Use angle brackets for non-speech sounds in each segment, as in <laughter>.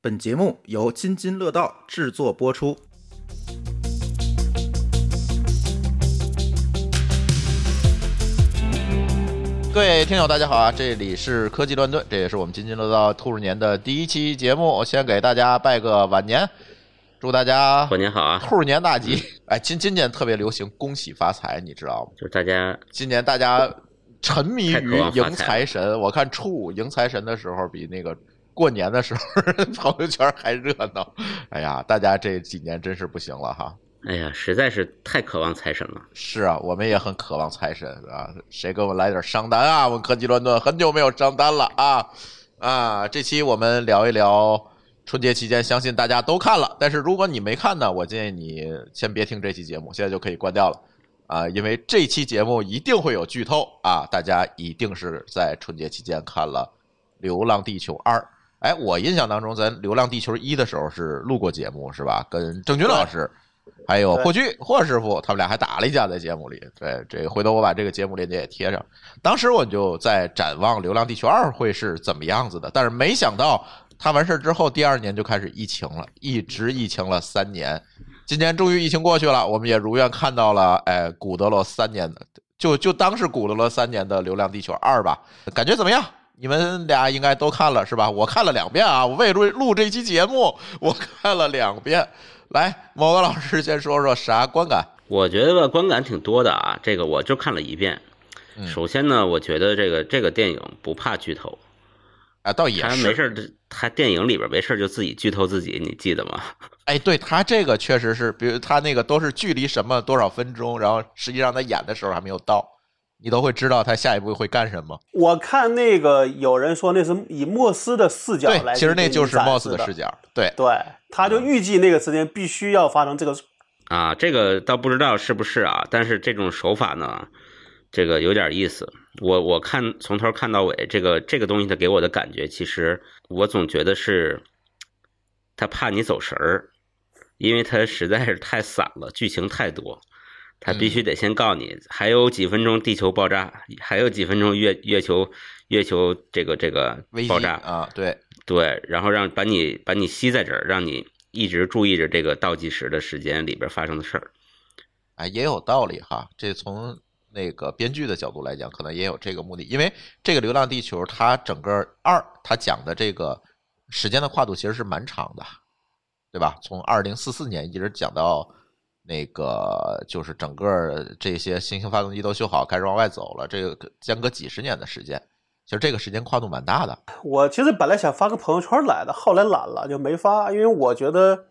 本节目由津津乐道制作播出。各位听友，大家好啊！这里是科技乱炖，这也是我们津津乐道兔年的第一期节目。我先给大家拜个晚年，祝大家过年好啊！兔年大 <laughs> 吉！哎，今今年特别流行恭喜发财，你知道吗？就是大家今年大家沉迷太渴于望发迎财财神，我看初五迎财神的时候比那个过年的时候 <laughs> 朋友圈还热闹。哎呀，大家这几年真是不行了哈。哎呀，实在是太渴望财神了。是啊，我们也很渴望财神啊，谁给我们来点商单啊？我们科技乱炖很久没有商单了啊啊！这期我们聊一聊春节期间，相信大家都看了，但是如果你没看呢，我建议你先别听这期节目，现在就可以关掉了啊，因为这期节目一定会有剧透啊，大家一定是在春节期间看了《流浪地球二》。哎，我印象当中，咱《流浪地球一》的时候是录过节目是吧？跟郑钧老师。还有对霍炬霍师傅，他们俩还打了一架在节目里。对，这个回头我把这个节目链接也贴上。当时我就在展望《流浪地球二》会是怎么样子的，但是没想到他完事儿之后，第二年就开始疫情了，一直疫情了三年。今年终于疫情过去了，我们也如愿看到了，哎，古德罗三年的，就就当是古德罗三年的《流浪地球二》吧，感觉怎么样？你们俩应该都看了是吧？我看了两遍啊，我为录录这期节目，我看了两遍。来，某个老师先说说啥观感？我觉得吧，观感挺多的啊。这个我就看了一遍。嗯首先呢，我觉得这个这个电影不怕剧透，啊，倒也他是，没事儿，他电影里边没事儿就自己剧透自己，你记得吗？哎，对他这个确实是，比如他那个都是距离什么多少分钟，然后实际上他演的时候还没有到，你都会知道他下一步会干什么。我看那个有人说那是以莫斯的视角对来，其实那就是 Moss 的的视嗯角。对，对，他就预计那个时间必须要发生这个，啊，这个倒不知道是不是啊，但是这种手法呢，这个有点意思。我我看从头看到尾，这个这个东西它给我的感觉，其实我总觉得是他怕你走神儿，因为他实在是太散了，剧情太多，他必嗯须得先告诉你、还有几分钟地球爆炸，还有几分钟月月球月球这个这个危机爆炸啊，对，对，然后让把你把你吸在这儿，让你一直注意着这个倒计时的时间里边发生的事儿。哎，也有道理哈。这从那个编剧的角度来讲，可能也有这个目的，因为这个《流浪地球》它整个二，它讲的这个时间的跨度其实是蛮长的，对吧？从二零四四年一直讲到那个，就是整个这些新型发动机都修好，开始往外走了，这个间隔几十年的时间，其实这个时间跨度蛮大的。我其实本来想发个朋友圈来的，后来懒了就没发，因为我觉得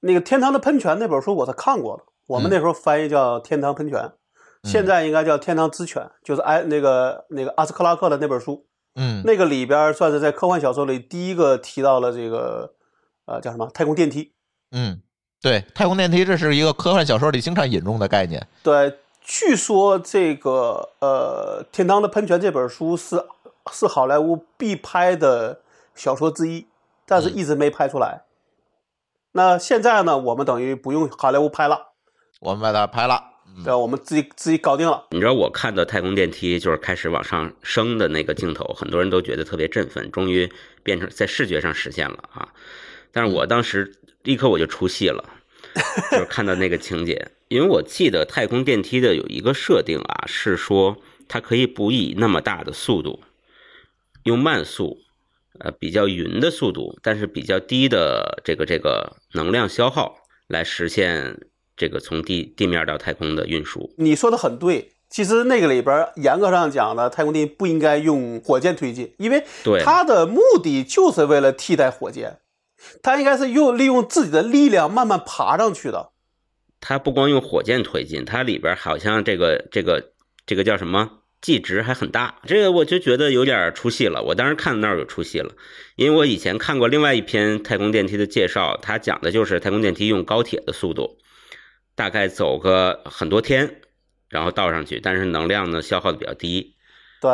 那个《天堂的喷泉》那本书我是看过的，我嗯们那时候翻译叫《天堂喷泉》，现在应该叫《天堂之泉》，就是埃那个那个阿斯克拉克的那本书，嗯，那个里边算是在科幻小说里第一个提到了这个呃叫什么太空电梯，嗯，对，太空电梯这是一个科幻小说里经常引用的概念。对，据说这个呃《天堂的喷泉》这本书是是好莱坞必拍的小说之一，但是一直没拍出来。那现在呢，我们等于不用好莱坞拍了，我们把它拍了，嗯对吧？我们自己自己搞定了。你知道我看到太空电梯就是开始往上升的那个镜头，很多人都觉得特别振奋，终于变成在视觉上实现了啊！但是我当时立刻我就出戏了，就是看到那个情节，因为我记得太空电梯的有一个设定啊，是说它可以不以那么大的速度，用慢速，呃，比较匀的速度，但是比较低的这个这个能量消耗来实现这个从地地面到太空的运输。你说的很对。其实那个里边，严格上讲呢，太空电梯不应该用火箭推进，因为对它的目的就是为了替代火箭，它应该是用利用自己的力量慢慢爬上去的。它不光用火箭推进，它里边好像这个这个这个叫什么计值还很大，这个我就觉得有点出戏了。我当时看到那儿有出戏了，因为我以前看过另外一篇太空电梯的介绍，它讲的就是太空电梯用高铁的速度，大概走个很多天，然后倒上去，但是能量呢消耗的比较低。对，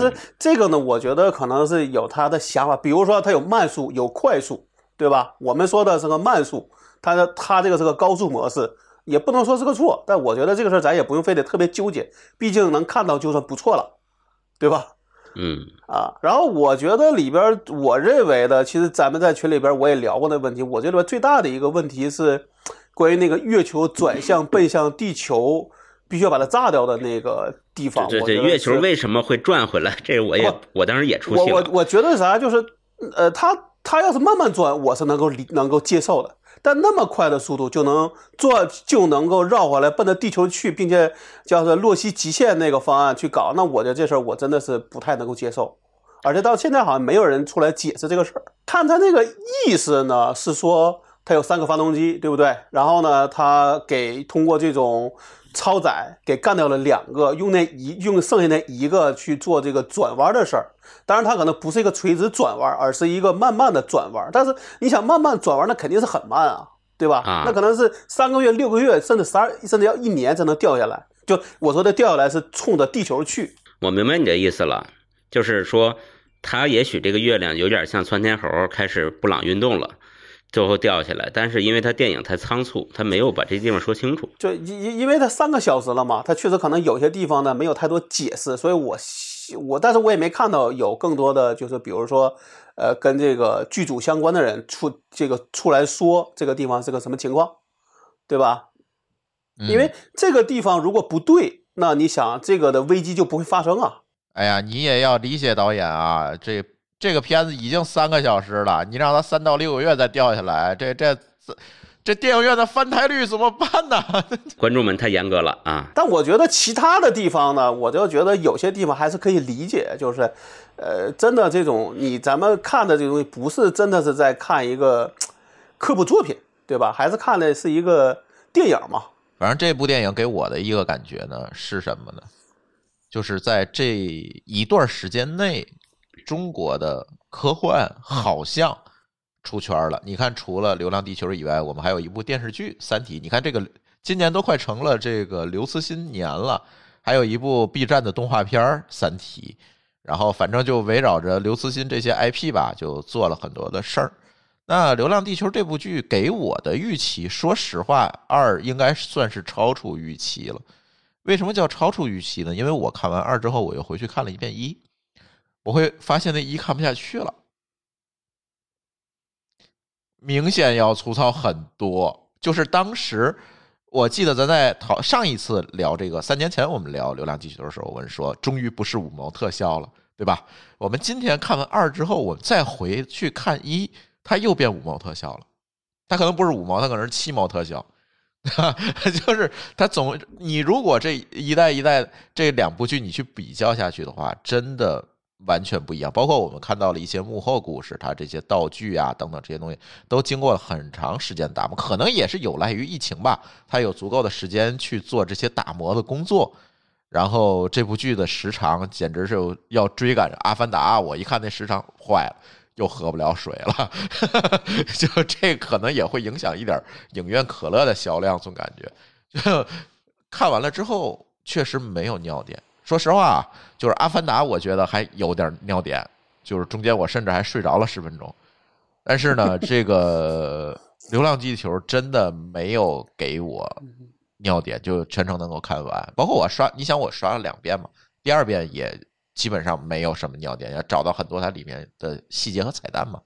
嗯是这个呢，我觉得可能是有他的想法，比如说他有慢速，有快速，对吧？我们说的是个慢速，他的他这个是个高速模式，也不能说是个错，但我觉得这个事儿咱也不用非得特别纠结，毕竟能看到就算不错了，对吧？嗯啊。然后我觉得里边儿，我认为的，其实咱们在群里边儿我也聊过那问题。我觉得最大的一个问题是，关于那个月球转向奔向地球，必须要把它炸掉的那个地方。对我觉对，得月球是为什么会转回来？这我也不我当时也出我戏我了。我觉得啥就是，呃，他他要是慢慢转，我是能够理能够接受的。但那么快的速度就能转，就能够绕回来奔着地球去，并且叫做洛希极限那个方案去搞，那我觉得这事儿我真的是不太能够接受。而且到现在好像没有人出来解释这个事儿。看他那个意思呢，是说它有三个发动机，对不对？然后呢，它给通过这种超载给干掉了两个，用那一用剩下那一个去做这个转弯的事儿。当然，它可能不是一个垂直转弯，而是一个慢慢的转弯。但是你想慢慢转弯，那肯定是很慢啊，对吧？啊那可能是三个月、六个月，甚至十二，甚至要一年才能掉下来。就我说的掉下来是冲着地球去，我明白你的意思了，就是说，它也许这个月亮有点像窜天猴开始布朗运动了，最后掉下来。但是因为它电影太仓促，它没有把这地方说清楚。就因因因为它三个小时了嘛，它确实可能有些地方呢没有太多解释，所以我希我但是我也没看到有更多的就是比如说，呃，跟这个剧组相关的人出这个出来说这个地方是个什么情况，对吧？嗯因为这个地方如果不对，那你想这个的危机就不会发生啊。哎呀，你也要理解导演啊，这这个片子已经三个小时了，你让他三到六个月再掉下来，这这这这电影院的翻台率怎么办呢？观众们太严格了啊！但我觉得其他的地方呢，我就觉得有些地方还是可以理解，就是，呃，真的这种你咱们看的这东西，不是真的是在看一个嘖科普作品，对吧？还是看的是一个电影嘛。反正这部电影给我的一个感觉呢是什么呢？就是在这一段时间内，中国的科幻好像出圈了。你看，除了《流浪地球》以外，我们还有一部电视剧《三体》。你看，这个今年都快成了这个刘慈欣年了，还有一部 B 站的动画片儿《三体》。然后，反正就围绕着刘慈欣这些 IP 吧，就做了很多的事儿。那《流浪地球》这部剧给我的预期，说实话，二应该算是超出预期了。为什么叫超出预期呢？因为我看完二之后，我又回去看了一遍一，我会发现那一看不下去了，明显要粗糙很多。就是当时我记得咱在讨上一次聊这个，三年前我们聊《流浪地球》的时候，我们说终于不是五毛特效了，对吧？我们今天看完二之后，我们再回去看一，它又变五毛特效了。它可能不是五毛，它可能是七毛特效。 <laughs> 就是它总，你如果这一代一代这两部剧你去比较下去的话，真的完全不一样。包括我们看到了一些幕后故事，它这些道具啊等等这些东西，都经过了很长时间打磨，可能也是有赖于疫情吧，它有足够的时间去做这些打磨的工作。然后这部剧的时长简直是有要追赶着《阿凡达》，我一看那时长坏了，又喝不了水了， <laughs> 就这可能也会影响一点影院可乐的销量，总感觉。就看完了之后，确实没有尿点。说实话啊，就是《阿凡达》，我觉得还有点尿点，就是中间我甚至还睡着了十分钟。但是呢，这个《流浪地球》真的没有给我尿点，就全程能够看完。包括我刷，你想我刷了两遍嘛，第二遍也基本上没有什么尿点，要找到很多它里面的细节和彩蛋嘛。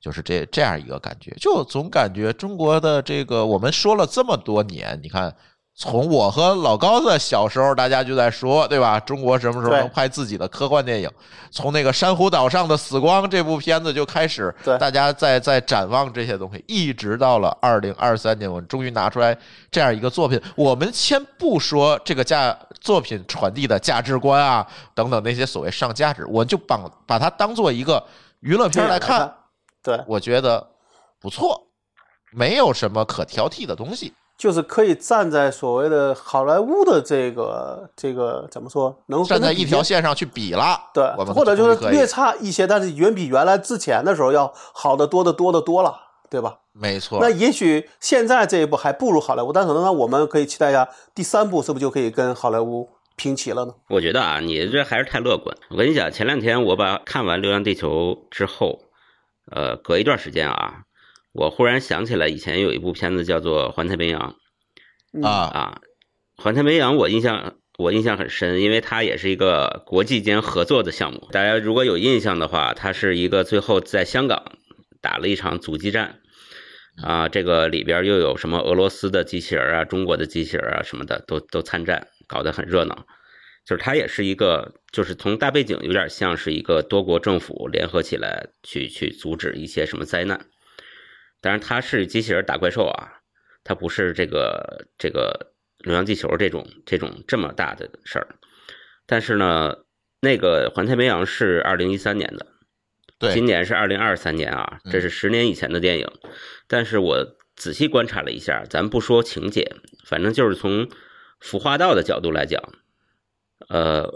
就是这这样一个感觉，就总感觉中国的这个，我们说了这么多年，你看，从我和老高的小时候，大家就在说，对吧？中国什么时候对能拍自己的科幻电影？从那个《珊瑚岛上的死光》这部片子就开始，对大家在在展望这些东西，一直到了二零二三年，我们终于拿出来这样一个作品。我们先不说这个价作品传递的价值观啊等等那些所谓上价值，我就把把它当做一个娱乐片儿来看。对，我觉得不错，没有什么可挑剔的东西。就是可以站在所谓的好莱坞的这个这个怎么说，能站在跟它一条比线上去比了，对我，们或者就终于是可以略差一些，但是远比原来之前的时候要好的多的多的多了，对吧？没错那。也许现在这一部还不如好莱坞，但可能呢，我们可以期待一下第三部是不是就可以跟好莱坞平齐了呢？我觉得啊，你这还是太乐观。我跟你讲，前两天我把看完《流浪地球》之后，呃，隔一段时间啊，我忽然想起来以前有一部片子叫做《环太平洋》嗯，啊，啊，《环太平洋》我印象我印象很深，因为它也是一个国际间合作的项目。大家如果有印象的话，它是一个最后在香港打了一场阻击战，啊，这个里边又有什么俄罗斯的机器人啊、中国的机器人啊什么的，都都参战，搞得很热闹。就是它也是一个，就是从大背景有点像是一个多国政府联合起来去去阻止一些什么灾难。当然，它是机器人打怪兽啊，它不是这个这个《流浪地球》这种这种这么大的事儿。但是呢，那个环太平洋是二零一三年的，对，嗯今年是二零二三年啊，这是十年以前的电影。但是我仔细观察了一下，咱不说情节，反正就是从服化道的角度来讲，呃，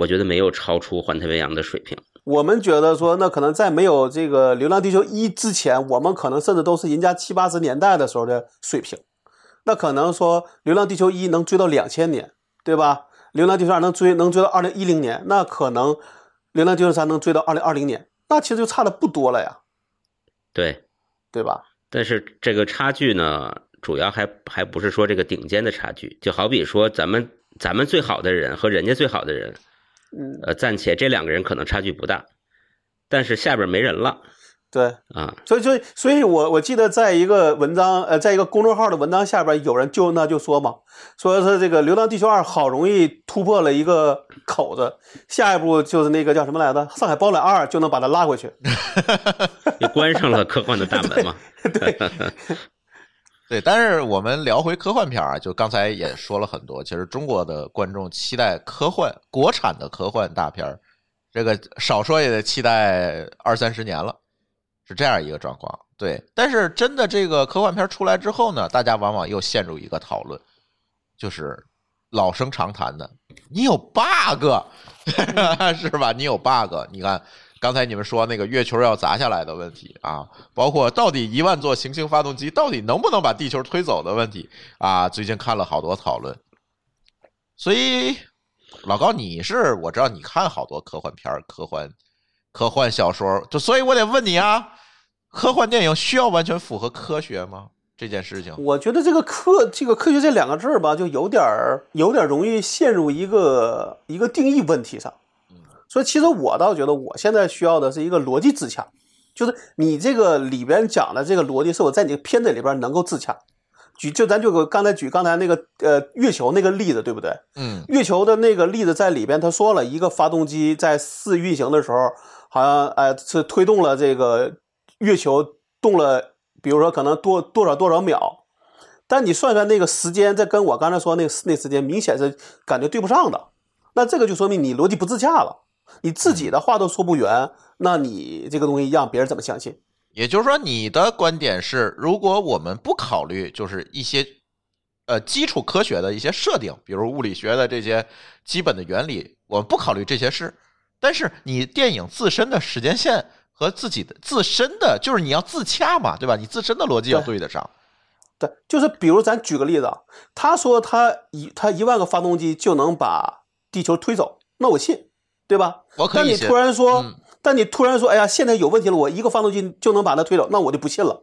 我觉得没有超出环太平洋的水平。我们觉得说，那可能在没有这个《流浪地球一》之前，我们可能甚至都是人家七八十年代的时候的水平。那可能说，《流浪地球一》能追到两千年，对吧？《流浪地球二》能追能追到二零一零年，那可能《流浪地球三》能追到二零二零年，那其实就差的不多了呀，对，对吧？但是这个差距呢，主要还还不是说这个顶尖的差距，就好比说咱们咱们最好的人和人家最好的人，嗯，呃，暂且这两个人可能差距不大，但是下边没人了对。啊，所以，所以，所以我我记得在一个文章，呃，在一个公众号的文章下边，有人就那就说嘛，说是这个《流浪地球二》好容易突破了一个口子，下一步就是那个叫什么来着，《上海包揽二》就能把它拉回去。又关上了科幻的大 <laughs> 门嘛。对，但是我们聊回科幻片儿啊，就刚才也说了很多，其实中国的观众期待科幻国产的科幻大片儿，这个少说也得期待二三十年了，是这样一个状况。对，但是真的这个科幻片儿出来之后呢，大家往往又陷入一个讨论，就是老生常谈的，你有 bug <laughs> 是吧？你有 bug，你看。刚才你们说那个月球要砸下来的问题啊，包括到底一万座行星发动机到底能不能把地球推走的问题啊，最近看了好多讨论。所以老高，你是我知道你看好多科幻片儿、科幻科幻小说，就所以我得问你啊，科幻电影需要完全符合科学吗？这件事情，我觉得这个科这个科学这两个字儿吧，就有点儿有点儿容易陷入一个一个定义问题上。所以其实我倒觉得我现在需要的是一个逻辑自洽，就是你这个里边讲的这个逻辑是我在你的片子里边能够自洽。举就咱就给我刚才举刚才那个呃月球那个例子，对不对？嗯月球的那个例子在里边，他说了一个发动机在试运行的时候，好像哎、是推动了这个月球动了，比如说可能多多少多少秒，但你算算那个时间，这跟我刚才说那个那时间明显是感觉对不上的，那这个就说明你逻辑不自洽了，你自己的话都说不圆，那你这个东西让别人怎么相信？也就是说，你的观点是，如果我们不考虑就是一些呃基础科学的一些设定，比如物理学的这些基本的原理，我们不考虑这些事，但是你电影自身的时间线和自己的自身的，就是你要自洽嘛，对吧？你自身的逻辑要对得上。对，就是比如咱举个例子啊，他说他一他一万个发动机就能把地球推走，那我信，对吧？我可但以你信突然说，嗯但你突然说，哎呀，现在有问题了，我一个发动机就能把它推走，那我就不信了。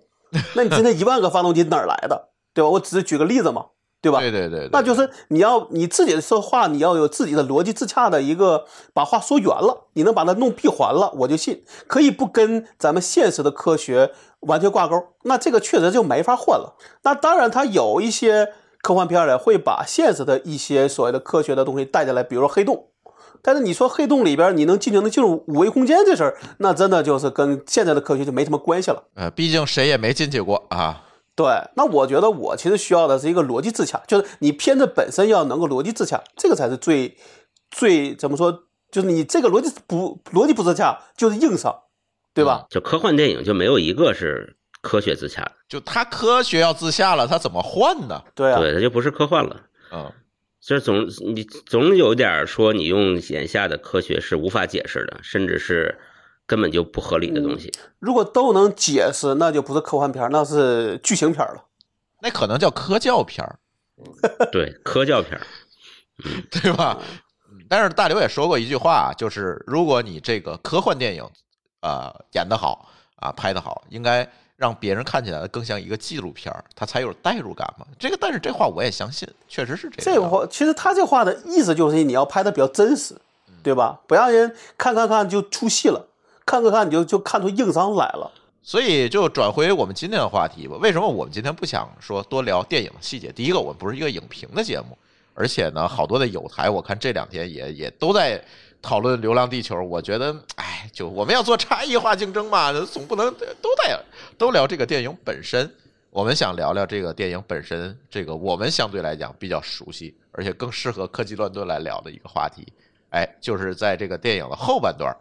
那你今天一万个发动机哪儿来的，对吧？我只是举个例子嘛，对吧？对对对对，那就是你要你自己说话，你要有自己的逻辑自洽的一个，把话说圆了，你能把它弄闭环了，我就信。可以不跟咱们现实的科学完全挂钩，那这个确实就没法混了。那当然，它有一些科幻片儿呢，会把现实的一些所谓的科学的东西带进来，比如说黑洞。但是你说黑洞里边你能进行的进入五维空间这事儿，那真的就是跟现在的科学就没什么关系了。呃，毕竟谁也没进去过啊。对，那我觉得我其实需要的是一个逻辑自洽，就是你片子本身要能够逻辑自洽，这个才是最最怎么说，就是你这个逻辑不逻辑不自洽就是硬伤，对嗯吧？ <laughs> 就科幻电影就没有一个是科学自洽的，就他科学要自洽了，他怎么换呢？对啊，对，它就不是科幻了。嗯，就是总你总有点儿说你用眼下的科学是无法解释的，甚至是根本就不合理的东西。如果都能解释，那就不是科幻片儿，那是剧情片儿了。那可能叫科教片儿。嗯对，科教片儿对吧？但是大刘也说过一句话，就是如果你这个科幻电影啊、呃演得好啊拍得好，应该让别人看起来更像一个纪录片儿，它才有代入感嘛。这个，但是这话我也相信，确实是这这样。个话其实他这话的意思就是你要拍的比较真实，对吧？不让人看看看就出戏了，看看看你就就看出硬伤来了。所以就转回我们今天的话题吧。为什么我们今天不想说多聊电影的细节？第一个，我们不是一个影评的节目，而且呢，好多的有台我看这两天也也都在讨论《流浪地球》，我觉得，哎，就我们要做差异化竞争嘛，总不能都在都聊这个电影本身。我们想聊聊这个电影本身，这个我们相对来讲比较熟悉，而且更适合科技乱炖来聊的一个话题。哎，就是在这个电影的后半段，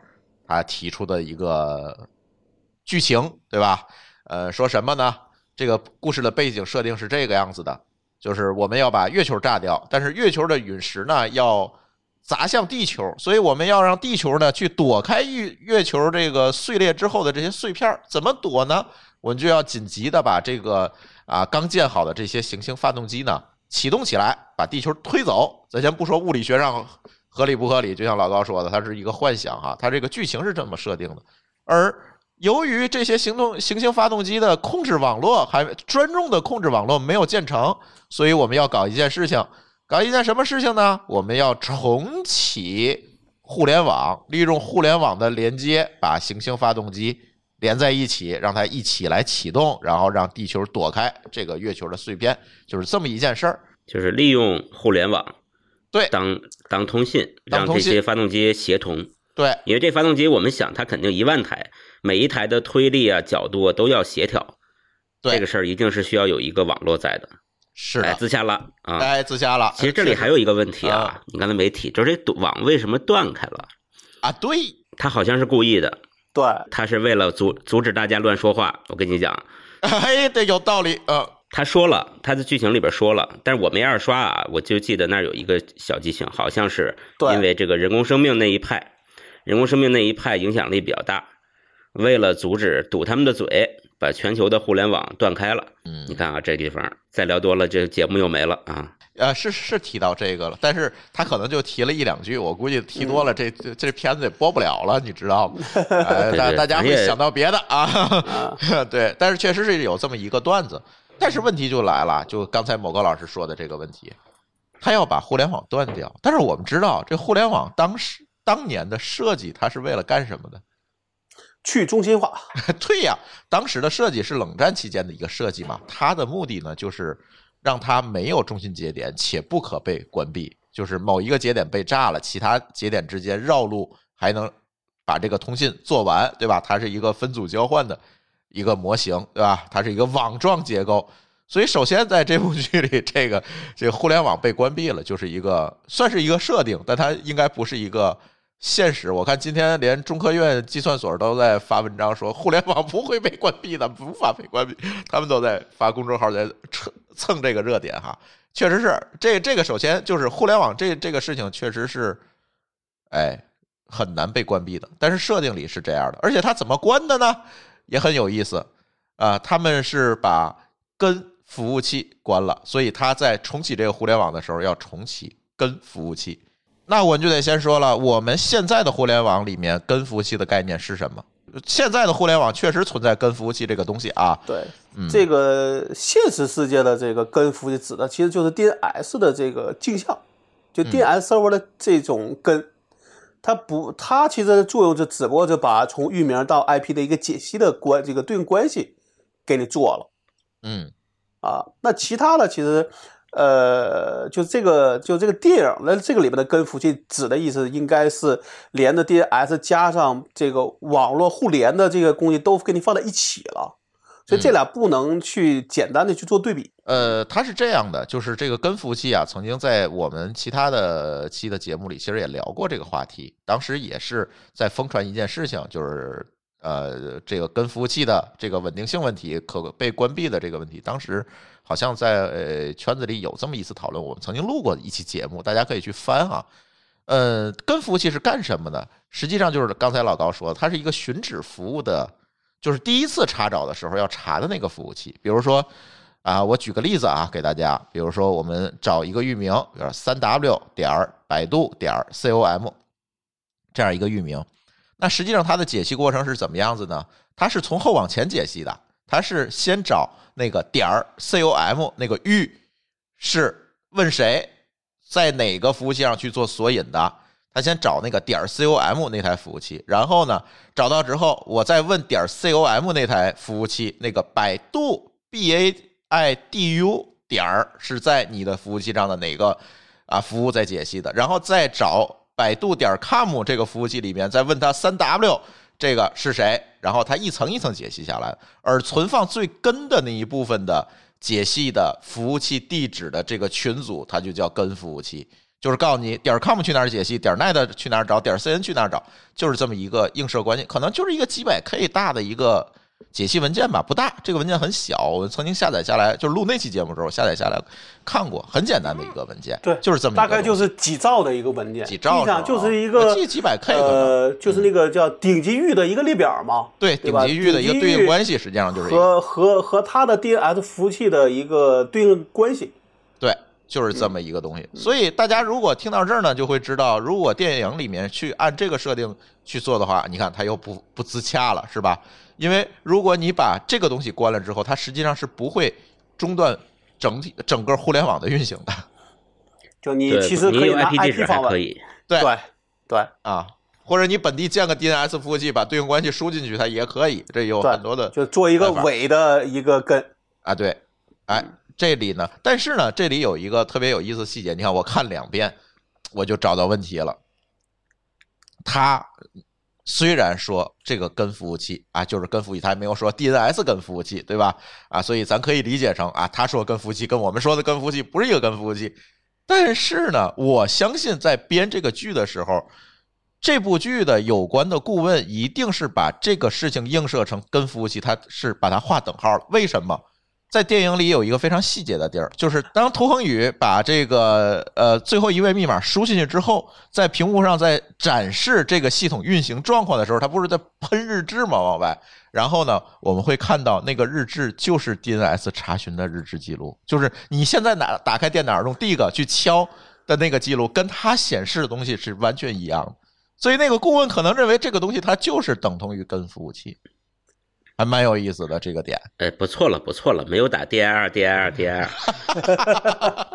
他提出的一个剧情，对吧？呃，说什么呢？这个故事的背景设定是这个样子的，就是我们要把月球炸掉，但是月球的陨石呢要砸向地球，所以我们要让地球呢去躲开月月球这个碎裂之后的这些碎片儿，怎么躲呢？我们就要紧急的把这个啊刚建好的这些行星发动机呢启动起来，把地球推走。咱先不说物理学上合理不合理，就像老高说的，它是一个幻想哈、它这个剧情是这么设定的。而由于这些行动行星发动机的控制网络还专用的控制网络没有建成，所以我们要搞一件事情，搞一件什么事情呢？我们要重启互联网，利用互联网的连接，把行星发动机连在一起，让它一起来启动，然后让地球躲开这个月球的碎片，就是这么一件事儿。就是利用互联网对当当通信，当让通这信些发动机协同。对，因为这发动机，我们想它肯定一万台，每一台的推力啊、角度啊都要协调。对这个事儿一定是需要有一个网络在的。是哎，的，自洽了啊。哎，自瞎了。其实这里还有一个问题啊啊，你刚才没提，就是这网为什么断开了？啊，对， <laughs> 他好像是故意的，对，他是为了阻阻止大家乱说话。我跟你讲，哎，对，有道理，呃，他说了，他的剧情里边说了，但是我没二刷啊，我就记得那儿有一个小剧情，好像是对因为这个人工生命那一派，人工生命那一派影响力比较大，为了阻止堵他们的嘴，把全球的互联网断开了。嗯你看啊，这地方再聊多了，这节目又没了啊。呃，是是提到这个了，但是他可能就提了一两句，我估计提多了，这这这片子也播不了了，你知道吗？呃、对大对大家而且会想到别的啊 <laughs> 啊，对，但是确实是有这么一个段子，但是问题就来了，就刚才某个老师说的这个问题，他要把互联网断掉，但是我们知道这互联网当时当年的设计，它是为了干什么的？去中心化， <laughs> 对呀，当时的设计是冷战期间的一个设计嘛，它的目的呢就是让它没有中心节点，且不可被关闭，就是某一个节点被炸了，其他节点之间绕路还能把这个通信做完，对吧？它是一个分组交换的一个模型，对吧？它是一个网状结构。所以，首先在这部剧里，这个这个互联网被关闭了，就是一个算是一个设定，但它应该不是一个现实。我看今天连中科院计算所都在发文章说，互联网不会被关闭的，无法被关闭。他们都在发公众号在蹭蹭这个热点哈，确实是这这个首先就是互联网这这个事情确实是，哎，很难被关闭的。但是设定里是这样的，而且它怎么关的呢？也很有意思啊、他们是把根服务器关了，所以他在重启这个互联网的时候要重启根服务器。那我们就得先说了，我们现在的互联网里面根服务器的概念是什么？现在的互联网确实存在根服务器这个东西啊，对，这个现实世界的这个根服务器指的其实就是 DNS 的这个镜像，就 DNS server 的这种根，它不，它其实的作用就只不过是把从域名到 IP 的一个解析的关这个对应关系给你做了嗯，啊。那其他的其实，呃，就这个就这个电影的这个里边的根服务器指的意思应该是连着 DNS 加上这个网络互联的这个工具都给你放在一起了。所嗯以这俩不能去简单的去做对比，呃，它是这样的，就是这个根服务器啊，曾经在我们其他的期的节目里，其实也聊过这个话题。当时也是在疯传一件事情，就是呃，这个根服务器的这个稳定性问题，可被关闭的这个问题。当时好像在呃圈子里有这么一次讨论，我们曾经录过一期节目，大家可以去翻哈、呃，跟服务器是干什么的？实际上就是刚才老高说的，它是一个寻址服务的，就是第一次查找的时候要查的那个服务器。比如说啊，我举个例子啊，给大家，比如说我们找一个域名，比如三 w 点儿百度点儿 com 这样一个域名，那实际上它的解析过程是怎么样子呢？它是从后往前解析的，它是先找那个点儿 com 那个域是问谁在哪个服务器上去做索引的，它先找那个点儿 com 那台服务器，然后呢找到之后，我再问点儿 com 那台服务器那个百度 baidu 点儿是在你的服务器上的哪个啊服务在解析的，然后再找百度点儿 com 这个服务器里面再问它三 w。这个是谁？然后它一层一层解析下来，而存放最根的那一部分的解析的服务器地址的这个群组，它就叫根服务器，就是告诉你点儿 com 去哪儿解析，点儿 net 去哪儿找，点儿 cn 去哪儿找，就是这么一个映射关系，可能就是一个几百 K 大的一个解析文件吧，不大，这个文件很小，我曾经下载下来，就是录那期节目的时候下载下来看过，很简单的一个文件，对，就是这么一个大概就东西是几兆的一个文件，几兆你是吧，想就是一个我记几百 K 的呢，呃，就是那个叫顶级域的一个列表嘛，对对顶吧级域的一个顶级对域应关系，实际上就是一个和和和它的 DNS 服务器的一个对应关系。对，就是这么一个东西。所以大家如果听到这儿呢，就会知道，如果电影里面去按这个设定去做的话，你看它又不不自洽了，是吧？因为如果你把这个东西关了之后，它实际上是不会中断整体整个互联网的运行的。就你对，其实你可以有拿 IP 地址还访可问，以，对对对啊，或者你本地建个 DNS 服务器，把对应关系输进去，它也可以。这有对很多的就做一个办法伪的一个根，啊，对，哎，这里呢，但是呢，这里有一个特别有意思的细节，你看我看两遍，我就找到问题了。他虽然说这个跟服务器啊，就是跟服务器，他还没有说 DNS 跟服务器，对吧？啊，所以咱可以理解成啊，他说跟服务器跟我们说的跟服务器不是一个跟服务器。但是呢，我相信在编这个剧的时候，这部剧的有关的顾问一定是把这个事情映射成跟服务器，他是把它划等号了。为什么？在电影里有一个非常细节的地儿，就是当涂恒宇把这个呃最后一位密码输进去之后，在屏幕上在展示这个系统运行状况的时候，他不是在喷日志吗？往外，然后呢，我们会看到那个日志就是 DNS 查询的日志记录，就是你现在拿打开电脑用 dig 去敲的那个记录，跟它显示的东西是完全一样的。所以那个顾问可能认为这个东西它就是等同于跟服务器，还蛮有意思的这个点。呃，不错了，不错了，没有打 D I 二 D I 二 D <laughs> I 二，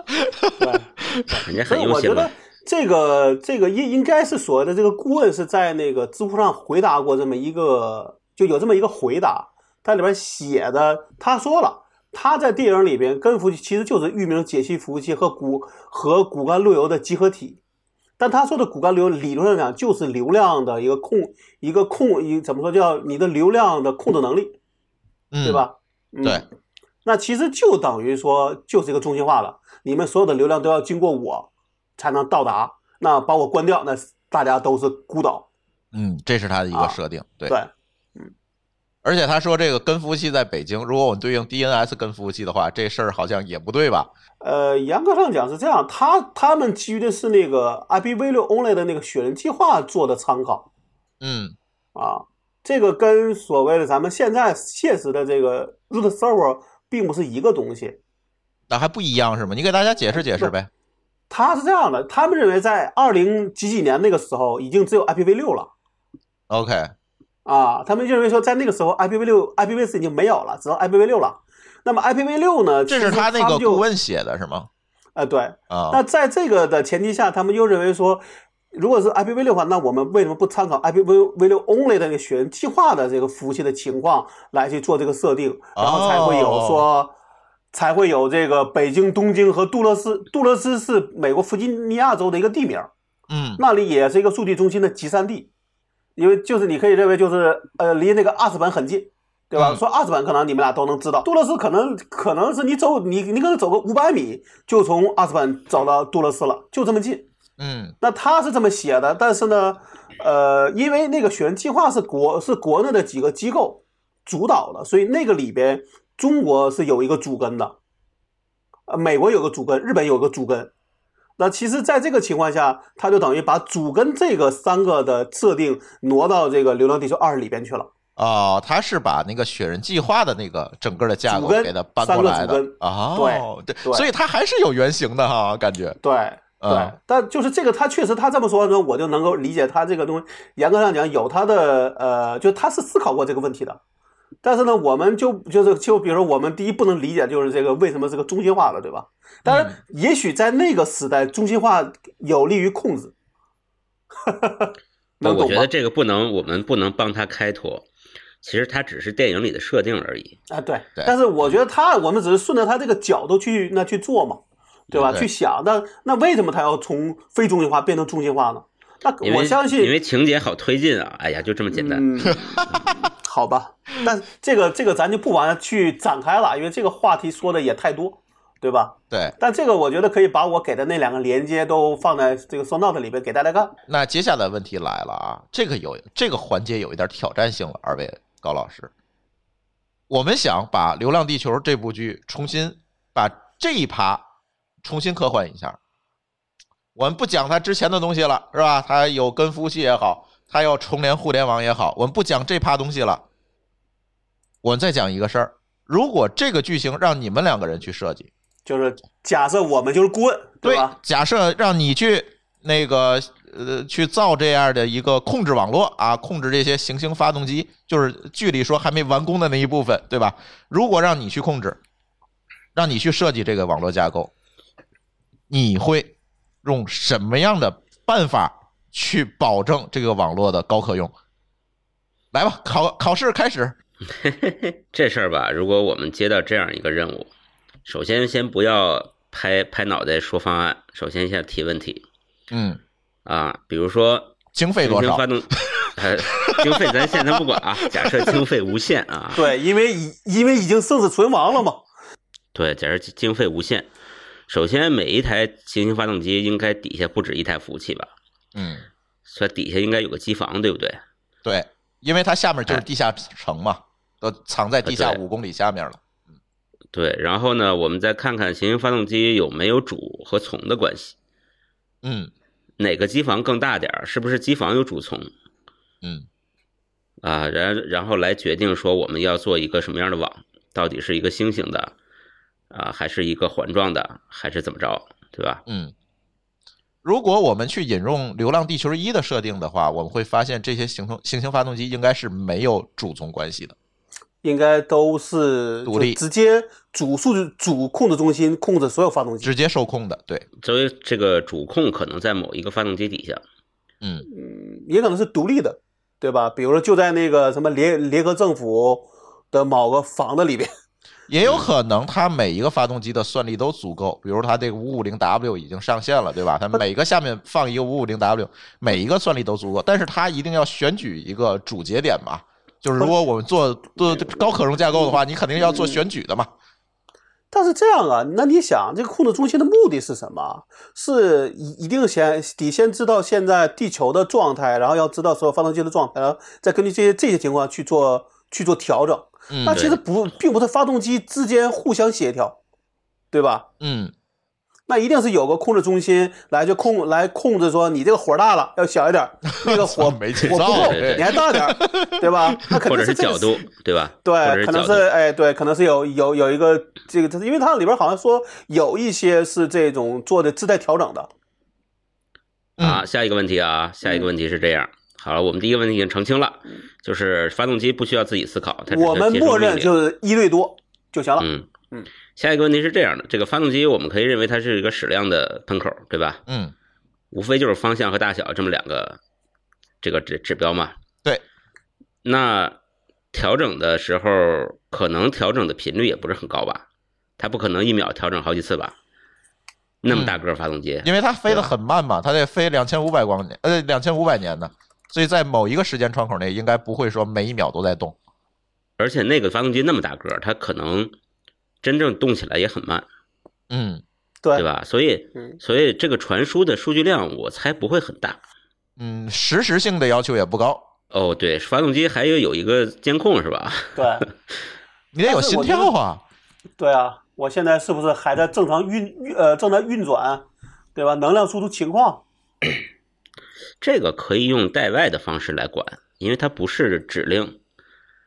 对，人家所很以用我心觉得了。这个这个应应该是所谓的这个顾问是在那个知乎上回答过这么一个，就有这么一个回答，它里边写的，他说了。他在电影里边跟服务器其实就是域名解析服务器和骨和骨干路由的集合体，但他说的骨干流理论上讲就是流量的一个控一个控一怎么说叫你的流量的控制能力，嗯，对？吧？嗯对，那其实就等于说就是一个中心化了，你们所有的流量都要经过我才能到达，那把我关掉，那大家都是孤岛。嗯，这是它的一个啊设定，对对，而且他说这个跟服务器在北京，如果我们对应 DNS 跟服务器的话，这事儿好像也不对吧？呃，严格上讲是这样，他他们基于的是那个 IPv6 only 的那个雪人计划做的参考嗯，啊，这个跟所谓的咱们现在现实的这个 root server 并不是一个东西。那还不一样是吗？你给大家解释解释呗。他是这样的，他们认为在二零几几年那个时候已经只有 IPv6 了。 OK，啊，他们认为说，在那个时候，IPv 六、IPv 四已经没有了，只剩 IPv 六了。那么 IPv 六呢？这其是实他那个们就顾，问写的是吗？呃，对。啊、那在这个的前提下，他们又认为说，如果是 IPv 六的话，那我们为什么不参考 IPv 六 only 的那个雪人计划的这个服务器的情况来去做这个设定，然后才会有哦说，才会有这个北京、东京和杜勒斯。杜勒斯是美国弗吉尼亚州的一个地名。嗯那里也是一个数据中心的集散地，因为就是你可以认为就是呃离那个阿斯本很近，对吧？嗯说阿斯本可能你们俩都能知道，杜勒斯可能可能是你走你你可能走个五百米就从阿斯本走到杜勒斯了，就这么近。嗯那他是这么写的，但是呢，呃，因为那个选计划是国是国内的几个机构主导的，所以那个里边中国是有一个主根的，呃，美国有个主根，日本有个主根。那其实，在这个情况下，他就等于把主根这个三个的设定挪到这个《流浪地球二》里边去了。哦，他是把那个雪人计划的那个整个的架构主根给它搬过来的三个主啊、哦，对对所以它还是有原型的哈，感觉对对、嗯但就是这个，他确实他这么说呢，我就能够理解他这个东西。严格上讲，有他的呃，就他是思考过这个问题的。但是呢，我们就就是就比如说，我们第一不能理解就是这个为什么这个中心化了，对吧？当嗯然，也许在那个时代，中心化有利于控制。能我懂觉吗得？这个不能，我们不能帮他开脱。其实它只是电影里的设定而已。啊，对。对但是我觉得他，我们只是顺着他这个角度去那去做嘛，对吧？对去想，那那为什么他要从非中心化变成中心化呢？因为那我相信，因为情节好推进啊。哎呀，就这么简单。嗯，好吧，但这个这个咱就不往下去展开了，因为这个话题说的也太多，对吧？对，但这个我觉得可以把我给的那两个连接都放在这个 Sound 里边给大家看。那接下来问题来了啊，这个有这个环节有一点挑战性了，二位高老师，我们想把《流浪地球》这部剧重新把这一趴重新刻画一下，我们不讲它之前的东西了，是吧？它有跟夫系也好，它要重联互联网也好，我们不讲这趴东西了，我们再讲一个事儿。如果这个剧情让你们两个人去设计，就是假设我们就是顾问，对吧？假设让你去那个呃去造这样的一个控制网络啊，控制这些行星发动机，就是剧里说还没完工的那一部分，对吧？如果让你去控制，让你去设计这个网络架构，你会用什么样的办法去保证这个网络的高可用？来吧，考考试开始。这事儿吧，如果我们接到这样一个任务，首先先不要拍拍脑袋说方案，首先先提问题嗯，啊，比如说经费行多星少 <laughs> 发？动，呃，经费咱现在不管啊，假设经费无限啊，对，因为已因为已经生死存亡了嘛，对，假设经费无限，首先每一台行星发动机应该底下不止一台服务器吧，嗯，所以底下应该有个机房，对不对？对，因为它下面就是地下城嘛，都藏在地下啊对五公里下面了。对，然后呢，我们再看看行星发动机有没有主和从的关系，嗯哪个机房更大点儿？是不是机房有主从？嗯啊，然然后来决定说我们要做一个什么样的网，到底是一个星形的，啊，还是一个环状的，还是怎么着，对吧？嗯。如果我们去引用《流浪地球一》的设定的话，我们会发现这些行动行星发动机应该是没有主从关系的。应该都是独立就直接主数据主控制中心控制所有发动机。直接受控的。对，所以这个主控可能在某一个发动机底下，嗯也可能是独立的，对吧？比如说就在那个什么联联合政府的某个房子里边，也有可能它每一个发动机的算力都足够，比如它这个五五零 W 已经上线了，对吧？它每个下面放一个五五零 W，每一个算力都足够，但是它一定要选举一个主节点嘛。就是如果我们做做高可容架构的话，你肯定要做选举的嘛。但是这样啊，那你想，这个控制中心的目的是什么？是一一定先得先知道现在地球的状态，然后要知道所有发动机的状态，然后再根据这些这些情况去做去做调整。嗯那其实不，并不是发动机之间互相协调，对吧？嗯，那一定是有个控制中心来就控 <laughs> 来控制说你这个火大了要小一点儿，那个火我火没不节奏够 <laughs> 对对对你还大点儿，对吧？那肯或定者是是这个角度，对吧？或者对，是可能角是度，哎，对，可能是有有有一个这个，因为它里边好像说有一些是这种做的自带调整的，啊。下一个问题啊，下一个问题是这样。好了，我们第一个问题已经澄清了，就是发动机不需要自己思考，它只我是们接默受命认令。就是一对多就行了。嗯嗯。下一个问题是这样的，这个发动机我们可以认为它是一个矢量的喷口，对吧？嗯，无非就是方向和大小这么两个这个指指标嘛。对。那调整的时候，可能调整的频率也不是很高吧？它不可能一秒调整好几次吧？那么大个儿发动机，嗯因为它飞得很慢嘛，它得飞两千五百光年，呃，两千五百年呢，所以在某一个时间窗口内，应该不会说每一秒都在动。而且那个发动机那么大个儿，它可能真正动起来也很慢，嗯对对，吧？所以嗯，所以这个传输的数据量，我猜不会很大。嗯，实时性的要求也不高，哦，对，发动机还有有一个监控是吧？对， <laughs> 你得有心跳啊。对啊，我现在是不是还在正常运运呃正常运转，对吧？能量输出情况，这个可以用代外的方式来管，因为它不是指令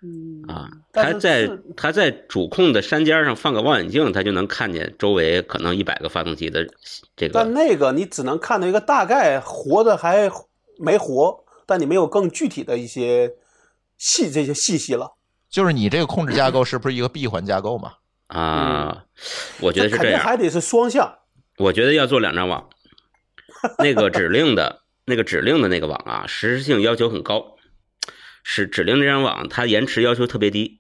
嗯啊，但它是在是它在主控的山尖上放个望远镜，它就能看见周围可能一百个发动机的这但个。那个你只能看到一个大概活的还没活，但你没有更具体的一些细这些细息了。就是你这个控制架构是不是一个闭环架构嘛？啊，我觉得是嗯肯这定样，还得是双向。我觉得要做两张网，那个指令的那个指令的那个网啊，实时性要求很高，是指令这张网它延迟要求特别低，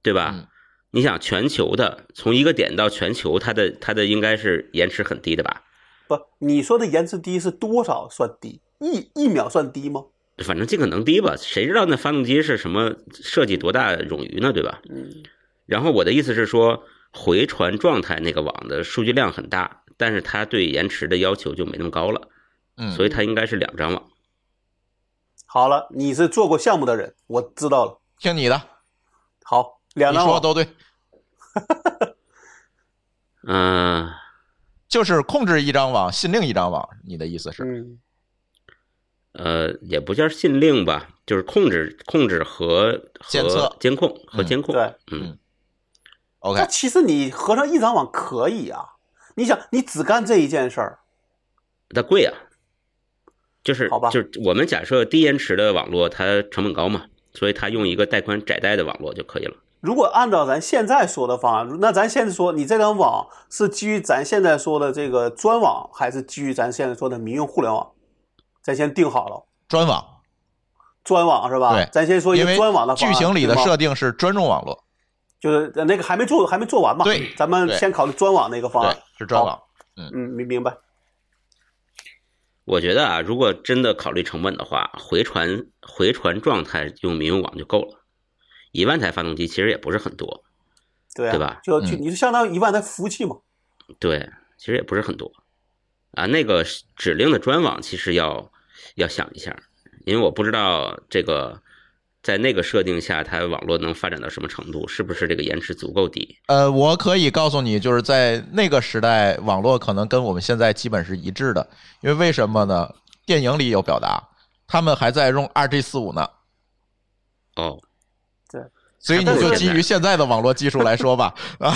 对吧？嗯你想全球的从一个点到全球，它的它的应该是延迟很低的吧？不，你说的延迟低是多少算低？一一秒算低吗？反正尽可能低吧，谁知道那发动机是什么设计多大冗余呢，对吧？嗯，然后我的意思是说，回传状态那个网的数据量很大，但是它对延迟的要求就没那么高了，嗯，所以它应该是两张网。好了，你是做过项目的人，我知道了。听你的，好，两你张说的网都对，嗯、就是控制一张网，信令一张网，你的意思是？嗯，呃，也不叫禁令吧，就是控制、控制和监测和监控和嗯监控。对，嗯， OK，那其实你合上一张网可以啊。你想，你只干这一件事儿，它贵啊，就是好吧就是我们假设低延迟的网络它成本高嘛，所以它用一个带宽窄带的网络就可以了。如果按照咱现在说的方案，那咱现在说，你这张网是基于咱现在说的这个专网，还是基于咱现在说的民用互联网？咱先定好了，专网，专网是吧？对咱先说一因个为专网的方剧案情里的对吗设定是专用网络，就是呃那个还没做，还没做完嘛。对咱们对先考虑专网那个方对案。，是专网。嗯，明明白。我觉得啊，如果真的考虑成本的话，回传回传状态用民用网就够了。一万台发动机其实也不是很多，对啊对吧就就嗯你就相当于一万台服务器嘛。对，其实也不是很多啊。那个指令的专网其实要要想一下，因为我不知道这个在那个设定下，它网络能发展到什么程度，是不是这个延迟足够低？呃，我可以告诉你，就是在那个时代，网络可能跟我们现在基本是一致的，因为为什么呢？电影里有表达，他们还在用二 G 四五呢，哦，所以你就基于现在的网络技术来说 <laughs> 吧，啊，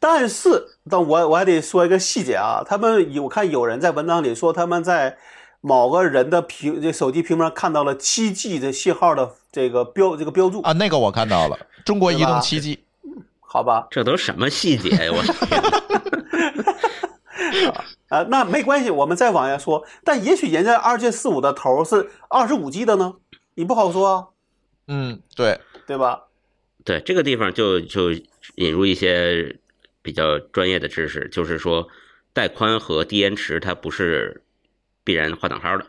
但是，但我我还得说一个细节啊，他们有我看有人在文章里说他们在某个人的屏这手机屏幕上看到了七 G 的信号的这个标这个标注，啊，那个我看到了，中国移对动吧七 G，好吧？这都什么细节呀？我的天哪啊、那没关系，我们再往下说。但也许人家二 G 四五的头儿是二十五 G 的呢，你不好说啊，嗯，对，对吧？对，这个地方就就引入一些比较专业的知识，就是说带宽和低延迟它不是必然画等号的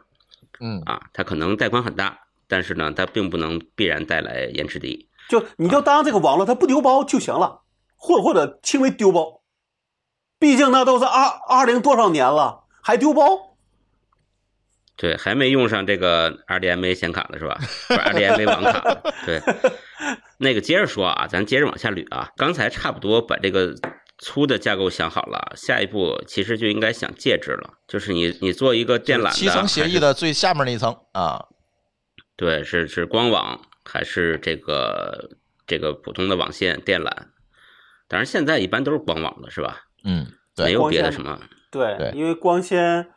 嗯，啊，它可能带宽很大，但是呢，它并不能必然带来延迟低。就你就当这个网络它不丢包就行了，或或者轻微丢包，毕竟那都是二二零多少年了，还丢包？对，还没用上这个 RDMA 显卡呢，<laughs> 是吧？不是 RDMA 网卡呢。对，那个接着说啊，咱接着往下捋啊。刚才差不多把这个粗的架构想好了，下一步其实就应该想介质了，就是你你做一个电缆的七层协还议是的最下面那一层啊，对，是是光网还是这个这个普通的网线电缆？当然，现在一般都是光网了，是吧？嗯，对没有光别的纤什么。对，对因为光纤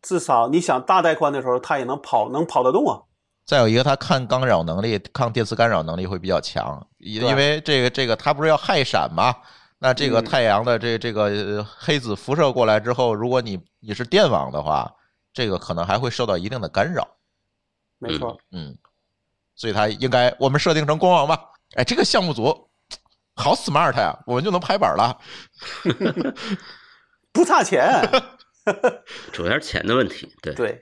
至少你想大带宽的时候，它也能跑，能跑得动啊。再有一个，它抗干扰能力、抗电磁干扰能力会比较强，因对因为这个这个它不是要氦闪嘛？那这个嗯太阳的这这个呃黑子辐射过来之后，如果你你是电网的话，这个可能还会受到一定的干扰，没错，嗯，所以它应该我们设定成光网吧。哎，这个项目组好 smart 呀、我们就能拍板了。不差 <laughs> 钱。主要是钱的问题。对，对，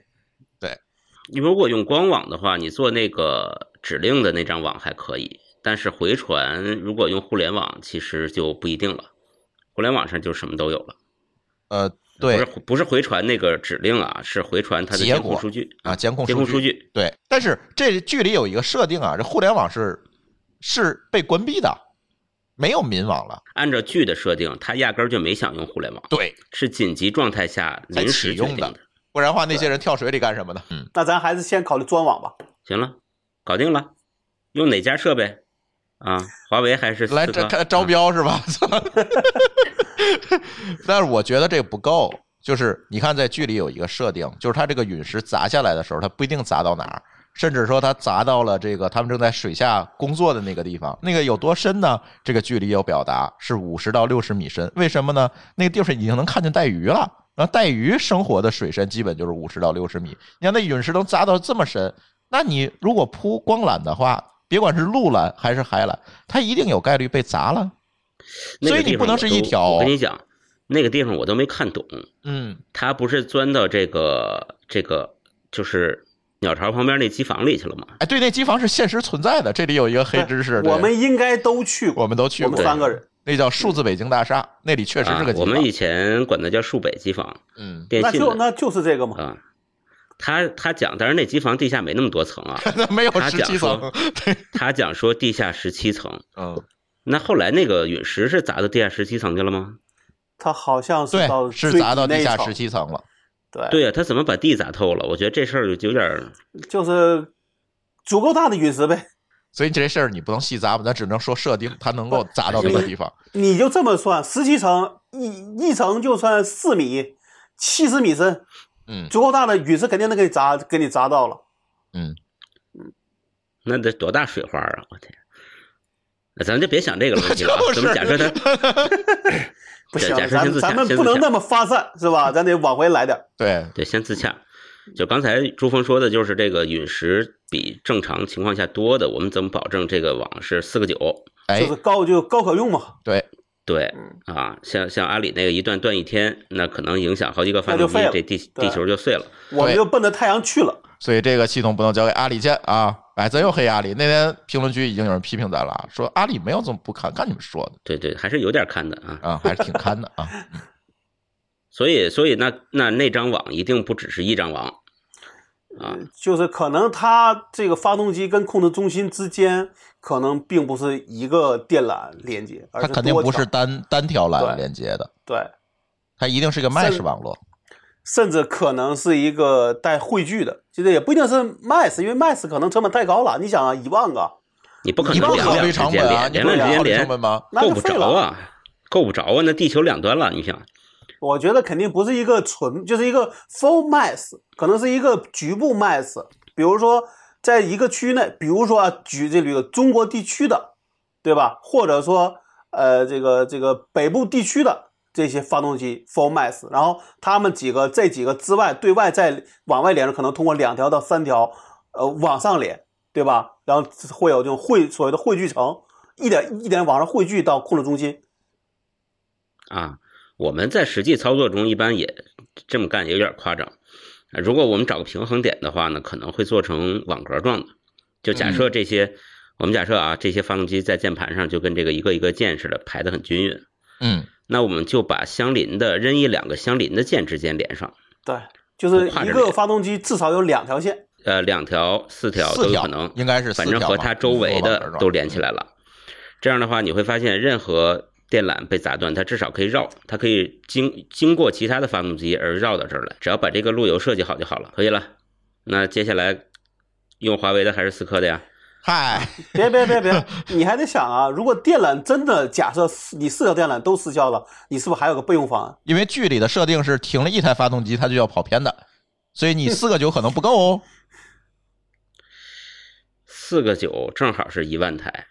你如果用光网的话，你做那个指令的那张网还可以，但是回传如果用互联网，其实就不一定了。互联网上就什么都有了，呃，不对是不是回传那个指令啊，是回传它的结监控果数据啊，监控监控数数据据。对，但是这距离有一个设定啊，这互联网是是被关闭的，没有民网了。按照剧的设定，它压根儿就没想用互联网，对，是紧急状态下才临时启决用定的。不然的话，那些人跳水里干什么呢？嗯，那咱还是先考虑专网吧。行了，搞定了，用哪家设备？啊，华为还是来思这科看招嗯标是吧？ <laughs> 但是我觉得这不够，就是你看在剧里有一个设定，就是它这个陨石砸下来的时候，它不一定砸到哪儿，甚至说他砸到了这个他们正在水下工作的那个地方，那个有多深呢？这个距离有表达是五十到六十米深，为什么呢？那个地方已经能看见带鱼了。然后带鱼生活的水深基本就是五十到六十米，你看那陨石能砸到这么深，那你如果铺光缆的话，别管是陆缆还是海缆，它一定有概率被砸了。那个所以你地方不能我是都一条我跟你讲，那个地方我都没看懂，嗯，他不是钻到这个这个就是鸟巢旁边那机房里去了吗？哎，对，那机房是现实存在的，这里有一个黑知识，对我们应该都去过，我们都去我们过，三个人，那叫数字北京大厦，那里确实啊是个，机我房们。以前管它叫树北机房，嗯，。电那信就的那就是这个嘛。啊。他他讲，当然那机房地下没那么多层啊 <laughs> 那没有他十讲七层说，他讲说地下十七层，嗯，那后来那个陨石是砸到地下十七层去了吗？他好像是到对，是砸到地下十期，七层了。对，对呀、他怎么把地砸透了？我觉得这事儿就有点儿就是足够大的陨石呗。所以这事儿你不能细咂吧，咱只能说设定它能够砸到那个 <laughs> 地方。你就这么算，十七层一一层就算四米，七十米深，嗯足够大的陨石肯定能给你砸，给你砸到了。嗯，那得多大水花啊！我天，那咱就别想这个问题了啊就，是咱们假设他不假行假，设先咱自咱洽们先不自能洽那么发散，是 <laughs> 吧？咱得往回来点儿。对，对，先自洽。就刚才朱峰说的，就是这个陨石比正常情况下多的，我们怎么保证这个网是四个九？哎就，是高就高可用嘛，对，对嗯啊，像像阿里那个一段断一天，那可能影响好几个发那就动机废了，这地对地球就碎了。我们对就奔着太阳去了。所以这个系统不能交给阿里建啊！哎，咱又黑阿里。那天评论区已经有人批评咱了啊，说阿里没有这么不堪，看你们说的对对，还是有点看的啊。啊，还是挺堪的啊。所以所以那那那张网一定不只是一张网啊，就是可能它这个发动机跟控制中心之间可能并不是一个电缆连接，而它是肯定多不是条单单条缆对连接的，对，它一定是个 mesh 网络。甚至可能是一个带汇聚的，其实也不一定是 MAX，因为 MAX 可能成本太高了。你想啊，一万个，你不可你能不两考两虑之成间本啊？连，你两不考两之间虑成连本吗？那够就不废着了。啊，够不着啊，那地球两端了，你想。我觉得肯定不是一个纯，就是一个 full MAX，可能是一个局部 MAX，比如说在一个区域内，比如说啊，举这里个中国地区的，对吧？或者说呃，这个这个北部地区的这些发动机 full MAX，然后他们几个这几个之外，对外再往外连着，可能通过两条到三条，呃，往上连，对吧？然后会有这种汇所谓的汇聚层，一点一点往上汇聚到控制中心。啊，我们在实际操作中一般也这么干，有点夸张。呃如果我们找个平衡点的话呢，可能会做成网格状的。就嗯假设这些，我们假设啊，这些发动机在键盘上就跟这个一个一个键似的排得很均匀。嗯，那我们就把相邻的任意两个相邻的键之间连上，对，就是跨一着个连发动机至少有两条线。呃，两条、四条四都有条可能，应该是四反正条和吧它周围的都连起来了。这样的话，你会发现任何电缆被砸断，它至少可以绕，它可以经经过其他的发动机而绕到这儿来。只要把这个路由设计好就好了，可以了。那接下来用华为的还是思科的呀？嗨，别别 <laughs> 别别，你还得想啊，如果电缆真的假设四你四条电缆都失效了，你是不是还有个备用方案？因为剧里的设定是停了一台发动机，它就要跑偏的，所以你四个九可能不够哦。四个九正好是一万台，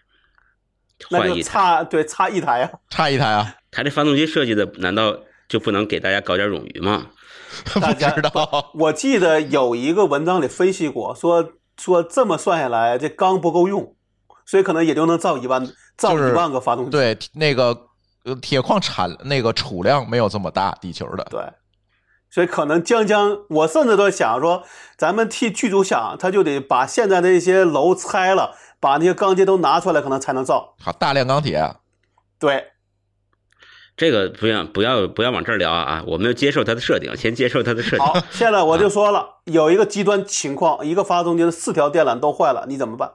那换就一台。差对差一台啊，差一台啊，它这发动机设计的难道就不能给大家搞点冗余吗？不知道。我记得有一个文章里分析过，说说这么算下来，这缸不够用，所以可能也就能造一万造就是一万个发动机。对，那个呃铁矿产那个储量没有这么大，地球的。对，所以可能将将，我甚至都想说，咱们替剧组想，他就得把现在的一些楼拆了，把那些钢筋都拿出来，可能才能造。好，大量钢铁啊，对，这个不要不要不要往这儿聊啊！我们要接受它的设定，先接受它的设定。好，现在我就说了，有一个极端情况，一个发动机的四条电缆都坏了，你怎么办？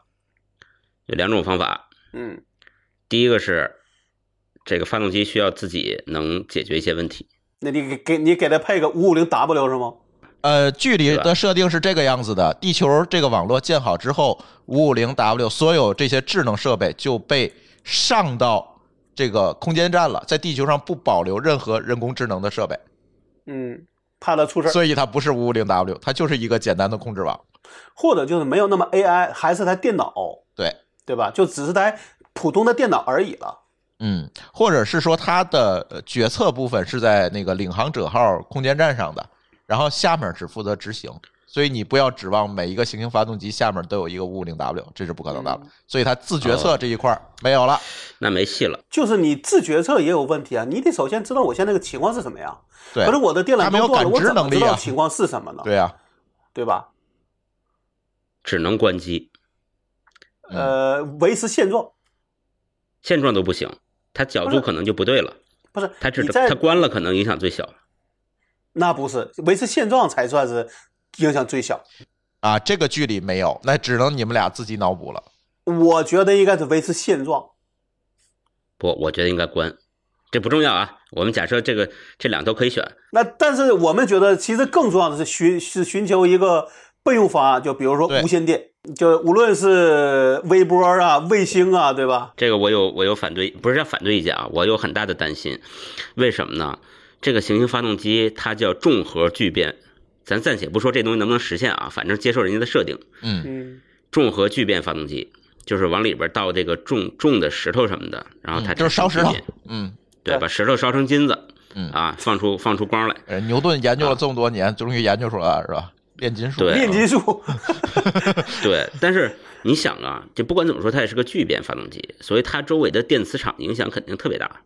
有两种方法，嗯，第一个是这个发动机需要自己能解决一些问题，那你给给你给他配个五五零 W 是吗？呃，距离是吧的设定是这个样子的：地球这个网络建好之后，五五零 W 所有这些智能设备就被上到这个空间站了，在地球上不保留任何人工智能的设备。嗯，怕它出事儿，所以它不是五五零 W，它就是一个简单的控制网。或者就是没有那么 AI，还是台电脑，对，对吧？就只是台普通的电脑而已了。嗯，或者是说它的呃决策部分是在那个领航者号空间站上的，然后下面只负责执行，所以你不要指望每一个行星发动机下面都有一个五五零 W，这是不可能嗯的了。所以它自哦决策这一块儿没有了，那没戏了。就是你自决策也有问题啊，你得首先知道我现在这个情况是什么样。对可是我的电缆它没中有断了，感我知怎么能力知啊道情况是什么呢？对呀、啊对吧？只能关机，嗯呃，维持现状现状都不行，它角不是度可能就不对了。不是它只你在它关了，可能影响最小。那不是维持现状才算是影响最小。啊，这个距离没有，那只能你们俩自己脑补了。我觉得应该是维持现状，不，我觉得应该关，这不重要啊。我们假设这个这两都可以选，那但是我们觉得，其实更重要的是寻是寻求一个备用方案，就比如说对无线电，就无论是微波啊、卫星啊，对吧？这个我有我有反对，不是要反对意见啊，我有很大的担心。为什么呢？这个行星发动机它叫重核聚变，咱暂且不说这东西能不能实现啊，反正接受人家的设定，嗯嗯，重核聚变发动机就是往里边倒这个重重的石头什么的，然后它嗯就是烧石产生头聚变，嗯，对，把石头烧成金子，嗯啊，放出放出光来，呃牛顿研究了这么多年，终于研究出来了，是吧？炼金术，对炼金 <laughs> 术，对，但是你想啊，这不管怎么说，它也是个聚变发动机，所以它周围的电磁场影响肯定特别大。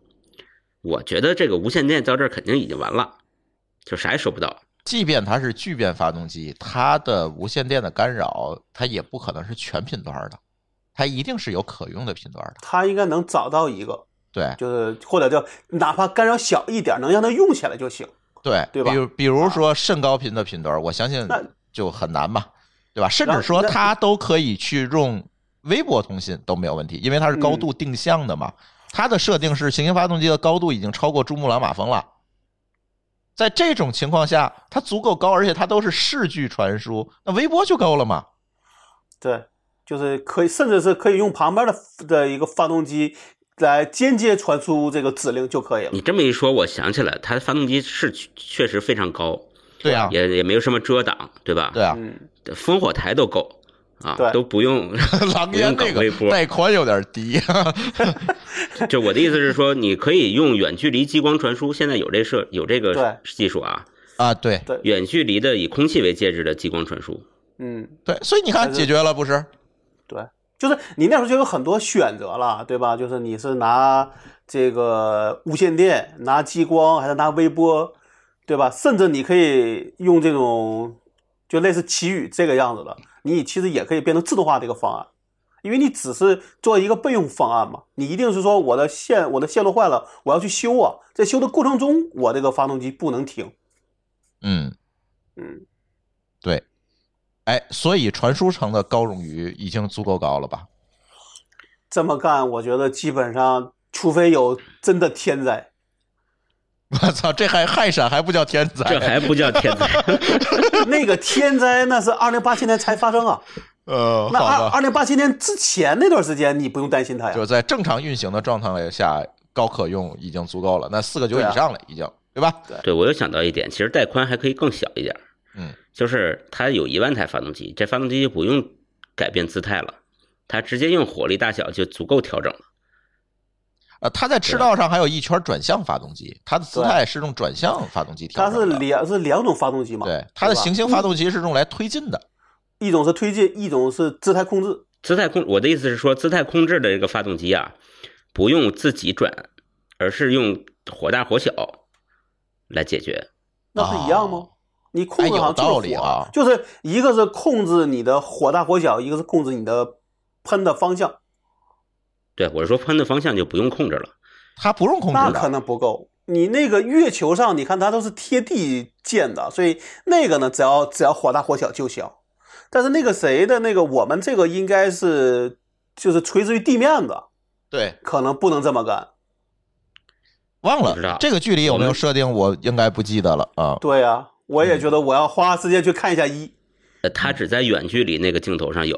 我觉得这个无线电到这儿肯定已经完了，就啥也收不到。即便它是聚变发动机，它的无线电的干扰，它也不可能是全频段的，它一定是有可用的频段的。他应该能找到一个，对就是或者叫哪怕干扰小一点，能让它用起来就行。对，对吧啊比如比如说甚高频的频段，我相信那就很难嘛，对吧？甚然至后说那它都可以去用微波通信都没有问题，因为它是高度定向的嘛。它的设定是行星发动机的高度已经超过珠穆朗玛峰了。在这种情况下，它足够高，而且它都是视距传输，那微波就够了嘛？对，就是可以，甚至是可以用旁边的的一个发动机来间接传输这个指令就可以了。你这么一说，我想起来，它发动机是确确实非常高，对啊，也也没有什么遮挡，对吧？对，啊，嗯，烽火台都够啊对，都 <laughs> 不用。狼烟那不用搞微个波带宽有点低，就我的意思是说，你可以用远距离激光传输，现在有这设有这个技术啊，啊， <laughs> 对对，远距离的以空气为介质的激光传输。嗯。对，所以你看但是解决了不是？对，就是你那时候就有很多选择了，对吧？就是你是拿这个无线电、拿激光，还是拿微波，对吧？甚至你可以用这种就类似奇宇这个样子的，你其实也可以变成自动化的一个方案，因为你只是做一个备用方案嘛，你一定是说我的线我的线路坏了，我要去修啊，在修的过程中，我这个发动机不能停，嗯，嗯，对，哎，所以传输层的高冗余已经足够高了吧？这么干，我觉得基本上，除非有真的天灾。 <laughs> 我操，这还氦闪还不叫天才？这还不叫天才， <laughs> 那个天灾那是二零八七年才发生啊，呃，那二好吧，二零八七年之前那段时间你不用担心它呀就。在正常运行的状态下，高可用已经足够了。那四个九对啊以上了，已经对吧？ <laughs> 对我又想到一点，其实带宽还可以更小一点儿。嗯，就是它有一万台发动机，这发动机就不用改变姿态了，它直接用火力大小就足够调整了。呃，它在赤道上还有一圈转向发动机，它的姿对态是用转向发动机调它是整的。两是两种发动机嘛，对，它的吧行星发动机是用来推进的。一种是推进，一种是姿态控制。姿态控，我的意思是说，姿态控制的这个发动机啊，不用自己转，而是用火大火小来解决。那不是一样吗？哦你控制哎有好像就是道理火啊就是一个是控制你的火大火小，一个是控制你的喷的方向，对我是说，喷的方向就不用控制了。它不用控那制可的，能不够。你那个月球上，你看它都是贴地建的，所以那个呢，只要只要火大火小就行。但是那个谁的那个，我们这个应该是就是垂直于地面的，对，可能不能这么干。忘不知道了这个距离有没我有们设定，我应该不记得了啊。对呀、我也觉得我要花时间去看一下一。呃，它只在远距离那个镜头上有，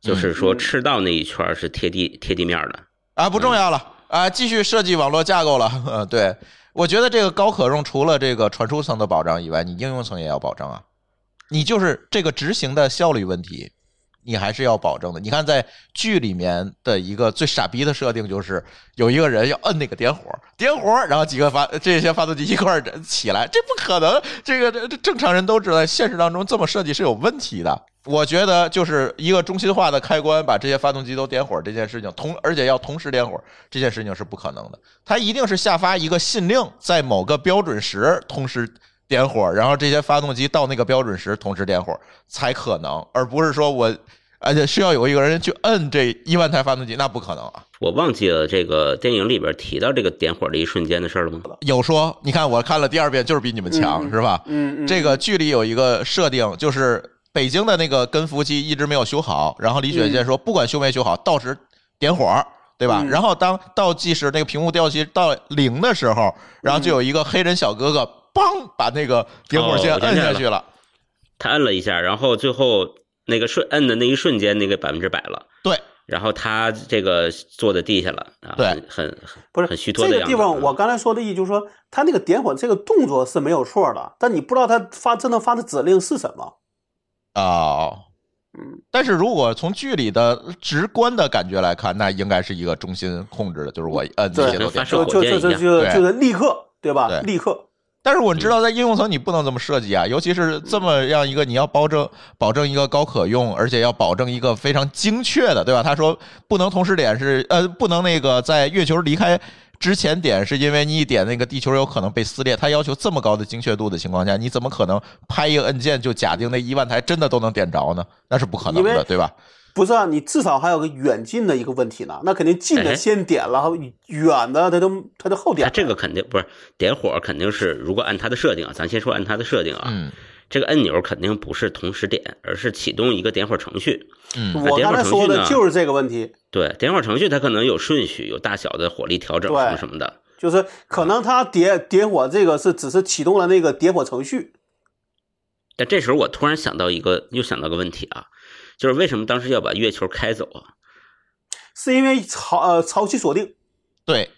就是说嗯赤道那一圈儿是贴地贴地面儿的。啊，不重要了啊，继续设计网络架构了。呃，对， <laughs> 我觉得这个高可用除了这个传输层的保障以外，你应用层也要保障啊。你就是这个执行的效率问题，你还是要保证的。你看在剧里面的一个最傻逼的设定就是，有一个人要摁那个点火，点火，然后几个发这些发动机一块儿起来，这不可能。这个这这正常人都知道，现实当中这么设计是有问题的。我觉得就是一个中心化的开关把这些发动机都点火这件事情，同而且要同时点火这件事情是不可能的。它一定是下发一个信令，在某个标准时同时点火，然后这些发动机到那个标准时同时点火才可能，而不是说我而且需要有一个人去摁这一万台发动机，那不可能啊！我忘记了这个电影里边提到这个点火的一瞬间的事儿了吗？有说，你看我看了第二遍，就是比你们强，嗯是吧？嗯嗯，这个剧里有一个设定，就是北京的那个跟服机一直没有修好，然后李雪健说不管修没修好，到时点火，对吧？嗯然后当倒计时那个屏幕掉期到零的时候，然嗯后就有一个黑人小哥哥梆把那个点火键哦我想摁起来下了去了。他摁了一下，然后最后那个瞬摁的那一瞬间，那个百分之百了。对，然后他这个坐在地下了，啊，对很很很不是很虚脱的这样个子。地方，我嗯刚才说的意义就是说，他那个点火这个动作是没有错的，但你不知道他发真正发的指令是什么。哦，嗯，但是如果从剧里的直观的感觉来看，那应该是一个中心控制的，就是我呃摁这些都对点发火射。就就火箭就一就样就对就是立刻，对吧？对立刻，但是我知道，在应用层你不能这么设计啊，尤其是这么样一个，你要保证保证一个高可用，而且要保证一个非常精确的，对吧？他说不能同时点是呃，不能那个在月球离开之前点，是因为你一点那个地球有可能被撕裂。他要求这么高的精确度的情况下，你怎么可能拍一个按键就假定那一万台真的都能点着呢？那是不可能因的，为对吧？不是啊，你至少还有个远近的一个问题呢。那肯定近的哎先点了，还有远的他就他就后点他了。这个肯定不是点火，肯定是如果按他的设定啊，咱先说按他的设定啊，嗯这个按钮肯定不是同时点，而是启动一个点火程序。嗯我刚才说啊点火程序的呢就是这个问题，对，点火程序它可能有顺序，有大小的火力调整对什么什么的。就是可能他点点火这个是只是启动了那个点火程序。但这时候我突然想到一个，又想到个问题啊，就是为什么当时要把月球开走啊？是因为潮呃潮汐锁定，对，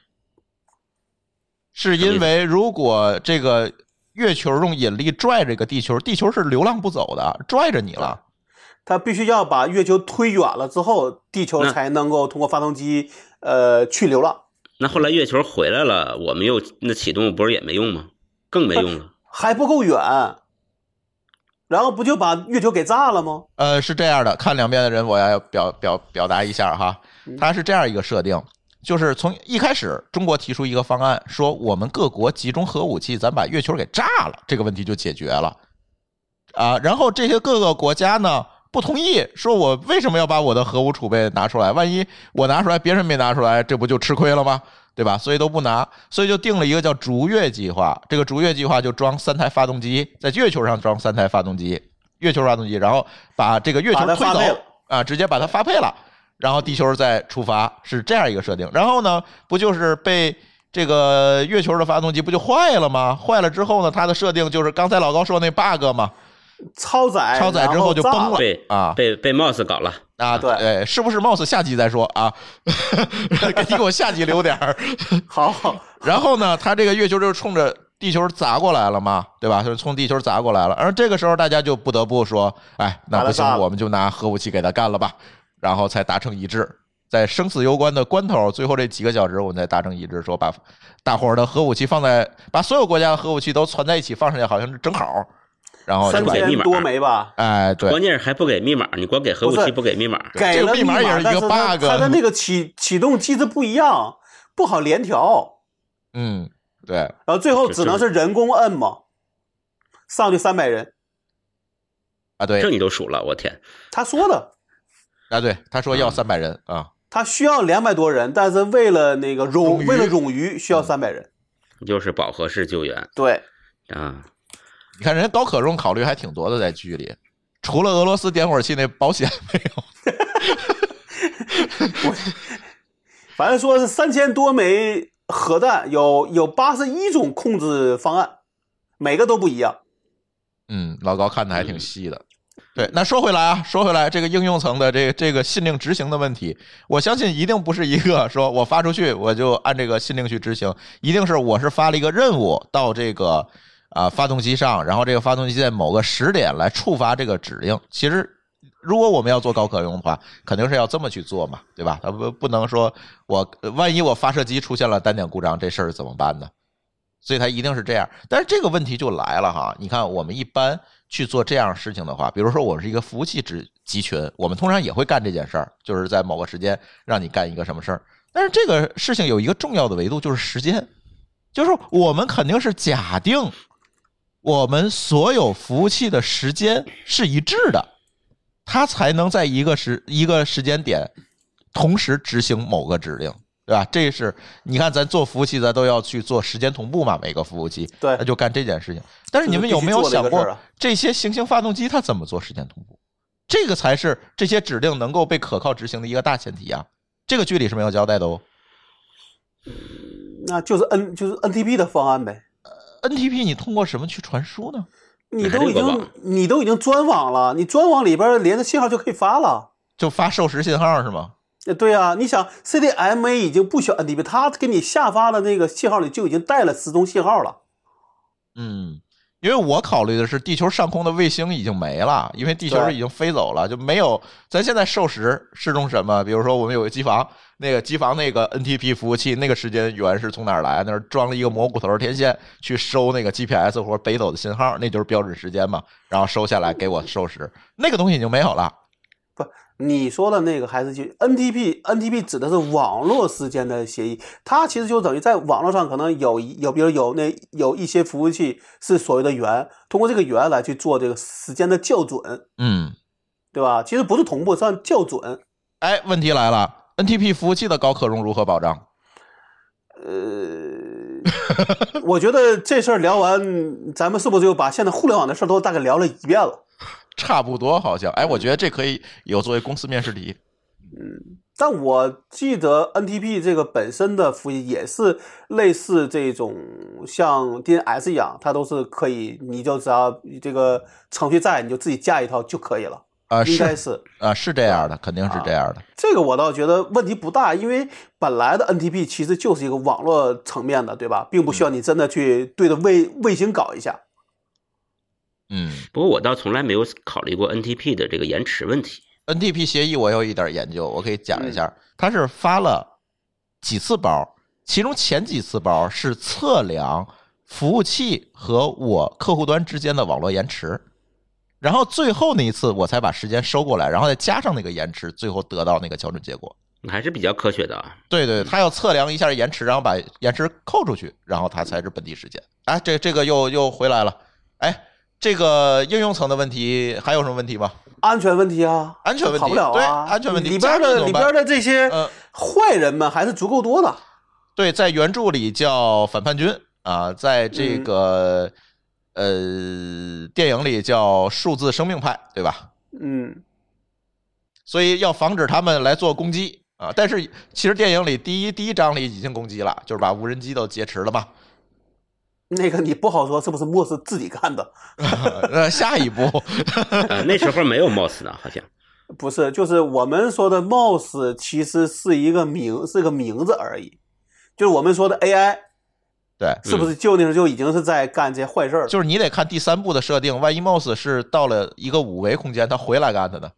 是什么意因思为如果这个月球用引力拽这个地球，地球是流浪不走的，拽着你了。他必须要把月球推远了之后，地球那才能够通过发动机呃去流浪。那后来月球回来了，我们又那启动不是也没用吗？更没用 <laughs> 了。还不够远，然后不就把月球给炸了吗？呃，是这样的，看两遍的人，我要表表表达一下哈嗯，它是这样一个设定，就是从一开始中国提出一个方案，说我们各国集中核武器，咱把月球给炸了，这个问题就解决了啊。然后这些各个国家呢不同意，说我为什么要把我的核武储备拿出来？万一我拿出来，别人没拿出来，这不就吃亏了吗？对吧？所以都不拿，所以就定了一个叫“逐月计划”。这个“逐月计划”就装三台发动机，在月球上装三台发动机，月球发动机，然后把这个月球把它推发配走了啊，直接把它发配了，然后地球再出发，是这样一个设定。然后呢，不就是被这个月球的发动机不就坏了吗？坏了之后呢，它的设定就是刚才老高说那 bug 嘛，超载，超载之后就崩然炸了被啊被被 MOS 搞了，啊，对对，是不是 mouse 下集再说啊？ <laughs> 给你给我下集留点儿。 <laughs> 哦好，然后呢，它这个月球就是冲着地球砸过来了嘛，对吧？就是从地球砸过来了。而这个时候，大家就不得不说，哎，那把不它行炸，了我们就拿核武器给他干了吧，然后才达成一致。在生死攸关的关头，最后这几个小时，我们才达成一致，说把大伙儿的核武器放在，把所有国家的核武器都攒在一起放上去，好像是正好。然后三就把，给千密码多枚吧，哎，对，关键是还不给密码，你光给核武不器是不给密码。对给这了个密码也是一个但它 bug 它的那个启启动机制不一样，不好联调，嗯，对，然后最后是只能是人工摁嘛，上去三百人，啊这对，你都数了，我天！他说的。啊对，他说要三百人啊，他需要两百多人，但是为了那个冗，冗余嗯为了冗余需要三百人。又是饱和式救援对，啊！你看人家高可用考虑还挺多的，在剧里，除了俄罗斯点火器那保险没有，反正说是三千多枚核弹，有有八十一种控制方案，每个都不一样。嗯，老高看的还挺细的，对，那说回来啊，说回来，这个应用层的这个、这个信令执行的问题，我相信一定不是一个说我发出去我就按这个信令去执行，一定是我是发了一个任务到这个啊、发动机上，然后这个发动机在某个时点来触发这个指令。其实，如果我们要做高可用的话，肯定是要这么去做嘛，对吧？它不不能说我万一我发射机出现了单点故障，这事儿怎么办呢？所以它一定是这样。但是这个问题就来了哈，你看我们一般去做这样的事情的话，比如说我是一个服务器集集群，我们通常也会干这件事儿，就是在某个时间让你干一个什么事儿。但是这个事情有一个重要的维度就是时间，就是我们肯定是假定我们所有服务器的时间是一致的，它才能在一个时一个时间点同时执行某个指令，对吧？这是你看，咱做服务器，咱都要去做时间同步嘛，每个服务器，对那就干这件事情。但是你们有没有这是必想须做的一个事过儿啊，这些行星发动机它怎么做时间同步？这个才是这些指令能够被可靠执行的一个大前提啊！这个剧里是没有交代的哦。那就是 N 就是 NTP 的方案呗。 NTP 你通过什么去传输呢？你还都已得有个经网你都已经专网了，你专网里边连着信号就可以发了。就发授时信号是吗？呃对啊，你想 CDMA 已经不需要 NTP，它给你下发的那个信号里就已经带了时钟信号了。嗯，因为我考虑的是地球上空的卫星已经没了，因为地球对已经飞走了，就没有。咱现在授时是用什么？比如说我们有个机房，那个机房那个 NTP 服务器，那个时间源是从哪儿来？那儿装了一个蘑菇头天线去收那个 GPS 或者北斗的信号，那就是标准时间嘛。然后收下来给我授时，那个东西已经没有了。你说的那个还是就 NTP，NTP 指的是网络之间的协议，它其实就等于在网络上可能有一有，比如有那有一些服务器是所谓的源，通过这个源来去做这个时间的校准，嗯，对吧？其实不是同步，算校准。哎，问题来了，NTP 服务器的高可容如何保障？呃我觉得这事儿聊完，咱们是不是就把现在互联网的事儿都大概聊了一遍了？差不多好像，哎，我觉得这可以有作为公司面试题。但我记得 NTP 这个本身的服务器也是类似这种像 DNS 一样，它都是可以，你就只要这个程序在，你就自己架一套就可以了，啊，应是该是。啊，是这样的，肯定是这样的。这个我倒觉得问题不大，因为本来的 NTP 其实就是一个网络层面的，对吧？并不需要你真的去对着卫卫星搞一下。嗯不过我倒从来没有考虑过 NTP 的这个延迟问题。 ，NTP 协议我有一点研究，我可以讲一下。它是发了几次包，其中前几次包是测量服务器和我客户端之间的网络延迟，然后最后那一次我才把时间收过来，然后再加上那个延迟，最后得到那个校准结果。还是比较科学的啊，对对，他要测量一下延迟，然后把延迟扣出去，然后它才是本地时间。哎，这这个又又回来了。哎，这个应用层的问题还有什么问题吗？安全问题啊，安全问题跑不了啊，对安全问题里边加密的怎么里办边的这些呃坏人们还是足够多的。对，在原著里叫反叛军啊，在这嗯个、呃电影里叫数字生命派，对吧？嗯，所以要防止他们来做攻击啊。但是其实电影里第一第一章里已经攻击了，就是把无人机都劫持了嘛。 <laughs> 那个你不好说是不是莫斯自己干的，呃，下一步 <laughs> 呃，那时候没有 MOS 呢，好像不是，就是我们说的 mouse 其实是一个名，是个名字而已。就是我们说的 AI 对，是嗯不是就那时候就已经是在干这些坏事儿了？就是你得看第三步的设定，万一 MOS 是到了一个五维空间，它回来干的呢？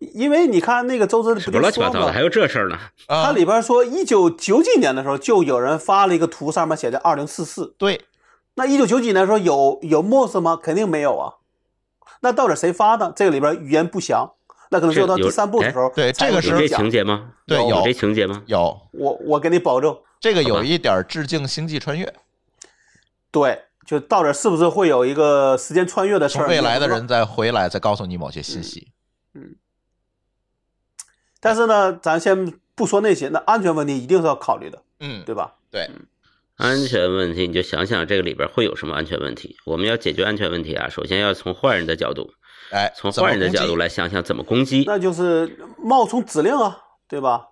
因为你看那个周真什 <laughs> 不么就乱七八说糟的，嘛还，有这事儿呢？啊它，里边说一九九几年的时候就有人发了一个图，上面写着二零四四。对，那一九九几年的时候有有 MOS 吗？肯定没有啊。那到底谁发的？这个里边语言不详，那可能只有到这有第三部的时候哎对才这有个有是这讲情节吗？对有有这情节吗？有我我给你保证，这个有好吧一点致敬《星际穿越》，对，就到底是不是会有一个时间穿越的事从儿？未来的你也不知人道，再回来，再告诉你某些信息。但是呢，咱先不说那些，那安全问题一定是要考虑的，嗯，对吧？对，安全问题，你就想想这个里边会有什么安全问题。我们要解决安全问题啊，首先要从坏人的角度，哎，从怎么坏人的攻击角度，来想想怎么攻击。那就是冒充指令啊，对吧？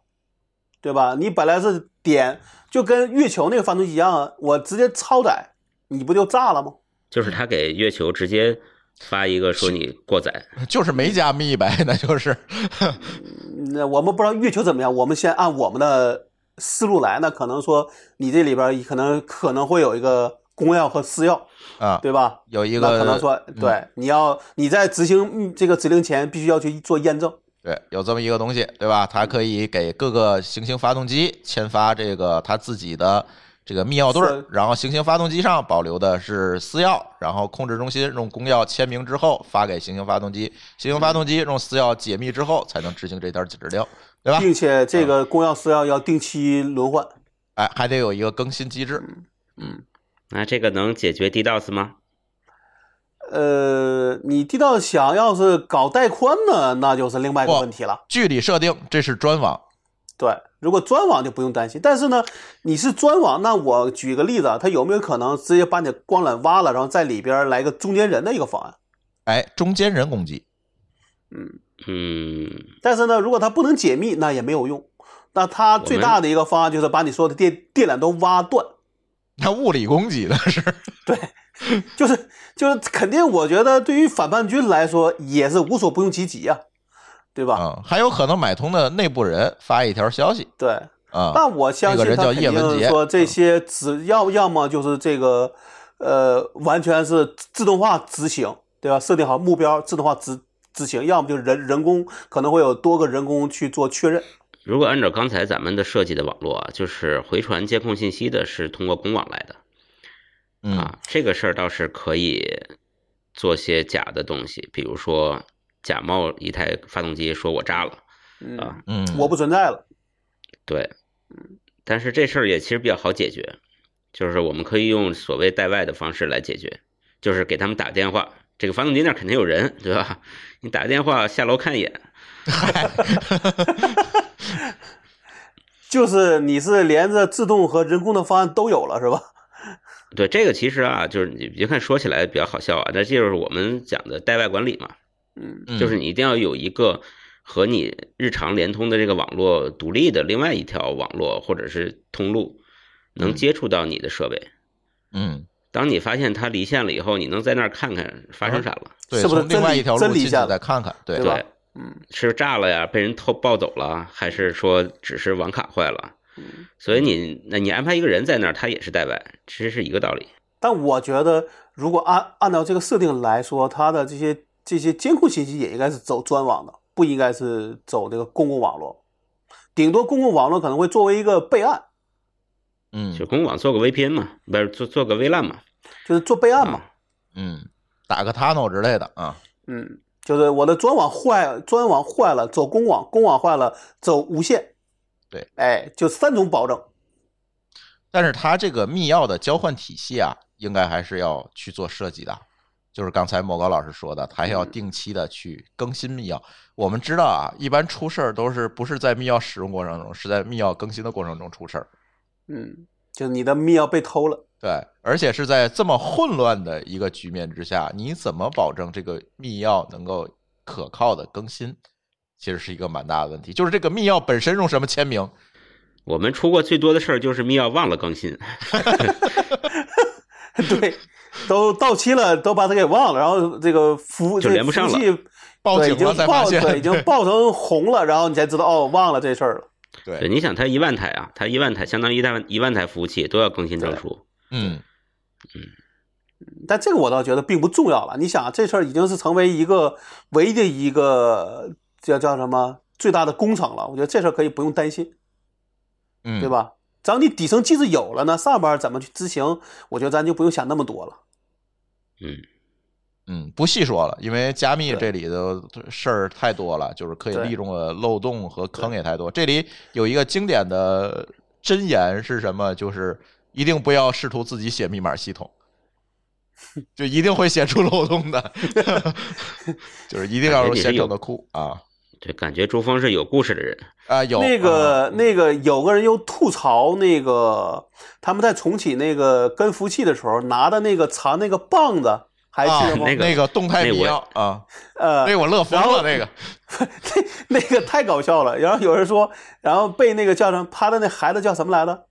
对吧？你本来是点，就跟月球那个发动机一样啊，我直接超载，你不就炸了吗？就是他给月球直接发一个说你过载， <laughs> 就是没加密呗，那就是那我们不知道月球怎么样，我们先按我们的思路来，那可能说你这里边可能可能会有一个公钥和私钥，啊，对吧？有一那个嗯可能说，对，你要你在执行嗯这个指令前，必须要去做验证。对，有这么一个东西，对吧？它可以给各个行星发动机签发这个它自己的这个密钥对儿是，然后行星发动机上保留的是私钥，然后控制中心用公钥签名之后发给行星发动机，行星发动机用私钥解密之后才能执行这条指令，对吧？嗯并且这个公钥私钥要定期轮换。哎，还得有一个更新机制。嗯那这个能解决 DDoS 吗？呃，你地道想要是搞带宽呢，那就是另外一个哇问题了。距离设定这是专网，对，如果专网就不用担心。但是呢，你是专网，那我举个例子啊，它有没有可能直接把你的光缆挖了，然后在里边来个中间人的一个方案？哎，中间人攻击，嗯，但是呢，如果它不能解密，那也没有用。那它最大的一个方案就是把你所有的电电缆都挖断，那物理攻击那是。就是就是肯定，我觉得对于反叛军来说也是无所不用其极啊，对吧？啊、还有可能买通的内部人发一条消息对，啊、那我相那个信人他叫肯叶文定洁嗯说这些只要要么就是这个，呃，完全是自动化执行，对吧？设定好目标，自动化执执行，要么就人人工可能会有多个人工去做确认。如果按照刚才咱们的设计的网络啊，就是回传监控信息的是通过公网来的嗯啊，这个事儿倒是可以做些假的东西，比如说假冒一台发动机说我炸了，嗯啊，嗯，我不存在了。对，嗯但是这事儿也其实比较好解决，就是我们可以用所谓代外的方式来解决，就是给他们打电话，这个发动机那儿肯定有人，对吧？你打个电话下楼看一眼，就是你是连着自动和人工的方案都有了，是吧？对，这个其实啊，就是你别看说起来比较好笑啊，但这就是我们讲的代外管理嘛，嗯，嗯就是你一定要有一个和你日常联通的这个网络独立的另外一条网络或者是通路，嗯能接触到你的设备。嗯。当你发现它离线了以后，你能在那儿看看发生啥了，对，是不是从真另外理一条真路理进去下了再看看，对啊对对吧？嗯是炸了呀，被人偷抱走了，还是说只是网卡坏了？嗯。所以你那你安排一个人在那儿，他也是代外，其实是一个道理。但我觉得，如果按按照这个设定来说，它的这些这些监控信息也应该是走专网的，不应该是走这个公共网络。顶多公共网络可能会作为一个备案，嗯就公网做个 VPN 嘛，不是做做个 VLAN 嘛，就是做备啊案嘛。嗯，打个 Tano 之类的啊，嗯，就是我的专网坏，专网坏了走公网，公网坏了走无线。对，哎，就三种保证。但是它这个密钥的交换体系啊，应该还是要去做设计的。就是刚才莫高老师说的，他要定期的去更新密钥。我们知道啊，一般出事儿都是不是在密钥使用过程中，是在密钥更新的过程中出事儿。嗯，就是你的密钥被偷了。 <laughs> 对，而且是在这么混乱的一个局面之下，你怎么保证这个密钥能够可靠的更新？其实是一个蛮大的问题，就是这个密钥本身用什么签名，我们出过最多的事儿就是密钥忘了更新，对，都到期了，都把它给忘了，然后这个服就连不上了这服务器报对警已经了才发报现，对，已经报成红了，然后你才知道哦，忘了这事儿了。对，对，你想它一万台啊，它一万台相当于一万一万台服务器都要更新证书，嗯，但这个我倒觉得并不重要了。你想啊，这事儿已经是成为一个唯一的一个叫叫什么最大的工程了。我觉得这事儿可以不用担心，嗯，对？吧？只要你底层机制有了呢，上边儿怎么去执行，我觉得咱就不用想那么多了。嗯，嗯，不细说了，因为加密这对里的事儿太多了，就是可以对利用的漏洞和坑也太多。这里有一个经典的箴言是什么？就是一定不要试图自己写密码系 <laughs> 统，就一定会写出漏洞 <laughs> 的，就是一定要先整的酷啊对，感觉朱峰是有故事的人，啊有那啊个那个有个人又吐槽那个他们在重启那个跟服务器的时候拿的那个藏那个棒子，还记啊得吗？那个那个动态那密我钥啊，呃那，我乐疯然后了那个。 <laughs> 那个太搞笑了。然后有人说，然后被那个叫什么，他的那孩子叫什么来着？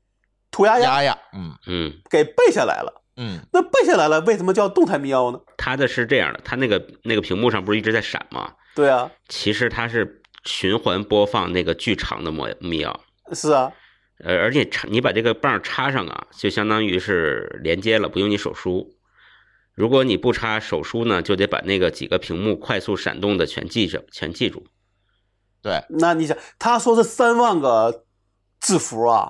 涂丫丫丫丫，嗯嗯，给背下来了。嗯，那背下来了，为什么叫动态密钥呢？它的是这样的，它那个那个屏幕上不是一直在闪吗？对啊，其实它是循环播放那个巨长的模密钥，是啊，呃，而且插你把这个棒插上啊，就相当于是连接了，不用你手输。如果你不插手输呢，就得把那个几个屏幕快速闪动的全记着，全记住。对，那你想，他说是三万个字符啊，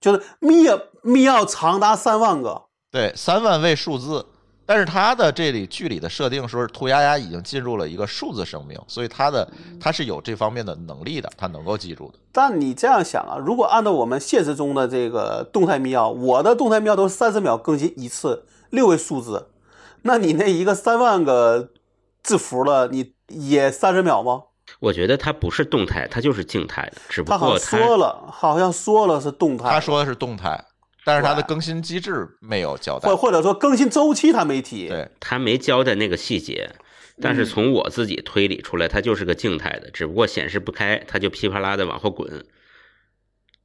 就是密密钥长达三万个，对，三万位数字，但是它的这里剧里的设定说是兔丫丫已经进入了一个数字生命，所以它的它是有这方面的能力的，它能够记住的。但你这样想啊，如果按照我们现实中的这个动态密钥，我的动态密钥都是三十秒更新一次，六位数字，那你那一个三万个字符了，你也三十秒吗？我觉得它不是动态，它就是静态的，只不他好过像说它了，好像说了是动态，他说的是动态，但是它的啊对更新机制没有交代或。或者说更新周期他没提，对，它没交代那个细节，嗯但是从我自己推理出来，它就是个静态的，只不过显示不开，它就噼啪啦的往后滚。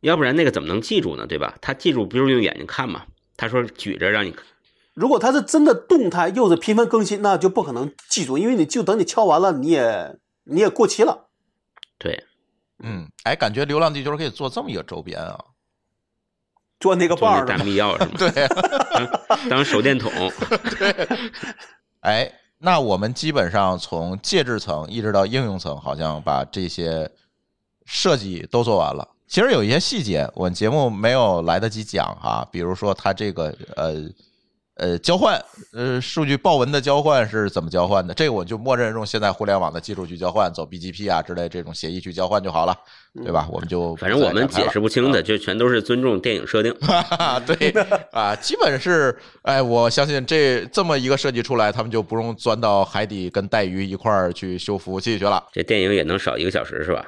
要不然那个怎么能记住呢？对吧？他记住不就是用眼睛看吗？他说举着让你看如果它是真的动态，又是频繁更新，那就不可能记住，因为你就等你敲完了，你也你也过期了。对，嗯，哎，感觉《流浪地球》可以做这么一个周边啊。做那个做棒那儿大 <laughs> 的，密钥是吗？ <laughs> 对，啊当 <laughs> 当手 <laughs> 电筒，哎，那我们基本上从介质层一直到应用层，好像把这些设计都做完了。其实有一些细节，我们节目没有来得及讲哈，比如说它这个呃呃交换，呃数据报文的交换是怎么交换的？这个我就默认用现在互联网的技术去交换，走 BGP 啊之类这种协议去交换就好了，对吧？我们就反正我们解释不不清的，就全都是尊重电影设定。 <laughs> 再展开了对啊，基本是哎，我相信这这么一个设计出来，他们就不用钻到海底跟带鱼一块儿去修服务器去了。这电影也能少一个小时是吧？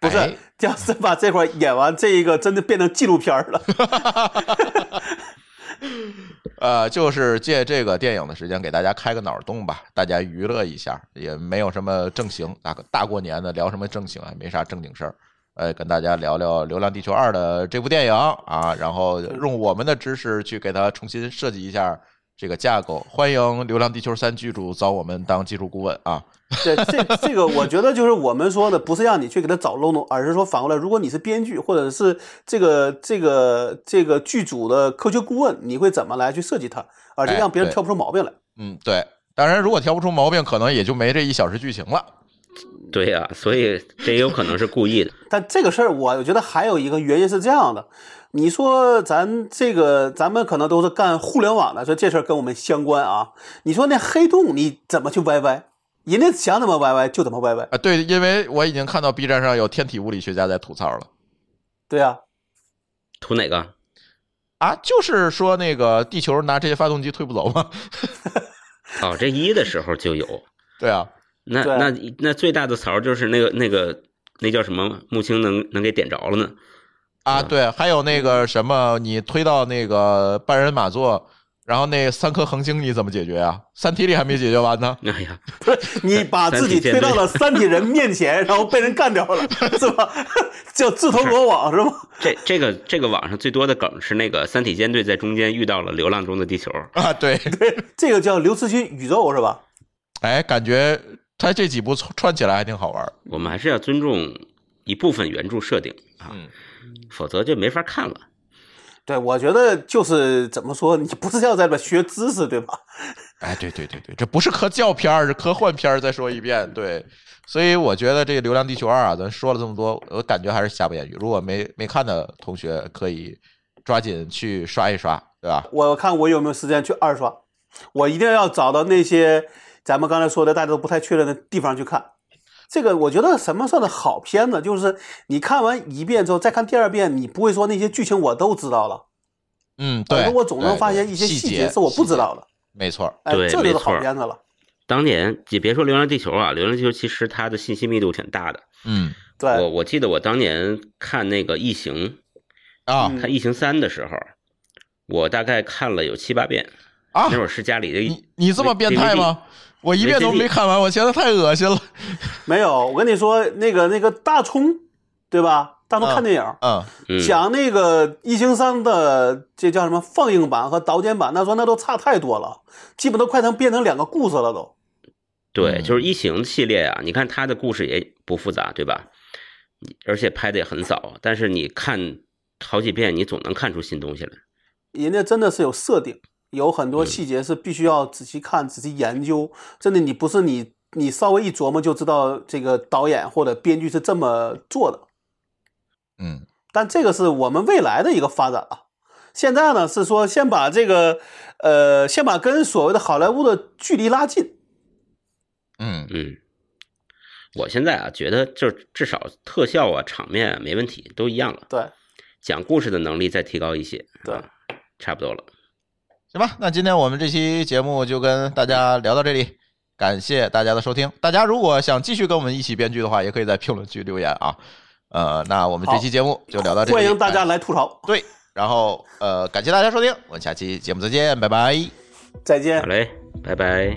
不哎是，要是把这块演完，这一个真的变成纪录片儿了。呃，就是借这个电影的时间给大家开个脑洞吧，大家娱乐一下，也没有什么正形，大大过年的聊什么正形啊，也没啥正经事儿。呃，跟大家聊聊《流浪地球二》的这部电影啊，然后用我们的知识去给它重新设计一下这个架构。欢迎《流浪地球三》剧组找我们当技术顾问啊。对，这这个我觉得就是我们说的，不是让你去给他找漏洞，而是说反过来，如果你是编剧或者是这个这个这个剧组的科学顾问，你会怎么来去设计它，而且哎让别人对挑不出毛病来。嗯，对，当然如果挑不出毛病，可能也就没这一小时剧情了。对呀、所以这也有可能是故意的。但这个事儿，我觉得还有一个原因是这样的，你说咱这个咱们可能都是干互联网的，说这事儿跟我们相关啊。你说那黑洞你怎么去歪歪？人家想怎么歪歪就怎么歪歪，啊，对，因为我已经看到 B 站上有天体物理学家在吐槽了。对啊，图哪个？啊，就是说那个地球拿这些发动机推不走吗？ <laughs> 哦，这一的时候就有。对啊，那对那那最大的槽就是那个那个那叫什么木星能能给点着了呢？ <laughs> 啊对，还有那个什么，你推到那个半人马座，然后那三颗恒星你怎么解决啊？三体里还没解决完呢。哎呀，你把自己推到了三体人面前，然后被人干掉了，是吧？ <laughs> 叫自投罗网是 <laughs> 吗？这这个这个网上最多的梗是那个三体舰队在中间遇到了流浪中的地球，啊，对， <laughs> 这个叫刘慈欣宇宙是吧？哎，感觉他这几部串串起来还挺好玩儿。我们还是要尊重一部分原著设定啊，嗯否则就没法看了。对，我觉得就是怎么说，你不是要在里边学知识对吧？哎，对对对对，这不是科教片儿，是科幻片儿。再说一遍，对，所以我觉得这个《流浪地球二》啊，咱说了这么多，我感觉还是瑕不掩瑜。如果没没看的同学，可以抓紧去刷一刷，对吧？我看我有没有时间去二刷，我一定要找到那些咱们刚才说的大家都不太确认的地方去看。这个我觉得什么算是好片子，就是你看完一遍之后再看第二遍，你不会说那些剧情我都知道了，嗯，反对，正我总能对发对现一些细节节是我不知，细道的。节没错儿。哎，对这就没是错好片子了。当年也别说《流浪地球》啊，《流浪地球》其实它的信息密度挺大的。嗯我对，我记得我当年看那个《异形啊》，嗯看《异形三》的时候，我大概看了有七八遍。啊那，会儿是家里的你你这么变态吗？我一遍都没看完，我觉得太恶心了。没有，我跟你说，那个那个大葱，对吧？大头看电影，嗯，嗯，讲那个《一星三》的这叫什么放映版和导剪版，那说那都差太多了，基本都快成变成两个故事了都。对，嗯就是异形系列啊，你看它的故事也不复杂，对吧？而且拍的也很早，但是你看好几遍，你总能看出新东西来。人家真的是有设定，有嗯很多细节是必须要仔细看、仔细研究。真的，你不是你你稍微一琢磨就知道这个导演或者编剧是这么做的。嗯，但这个是我们未来的一个发展啊。现在呢是说先把这个呃，先把跟所谓的好莱坞的距离拉近。嗯，嗯，我现在啊觉得，就是至少特效啊、场面啊没问题，都一样了。对，讲故事的能力再提高一些，对啊，差不多了。行吧，那今天我们这期节目就跟大家聊到这里，感谢大家的收听。大家如果想继续跟我们一起编剧的话，也可以在评论区留言啊。呃，那我们这期节目就聊到这里，欢迎大哎家来吐槽。对，然后呃，感谢大家收听，我们下期节目再见，拜拜。再见好。嘞，拜拜。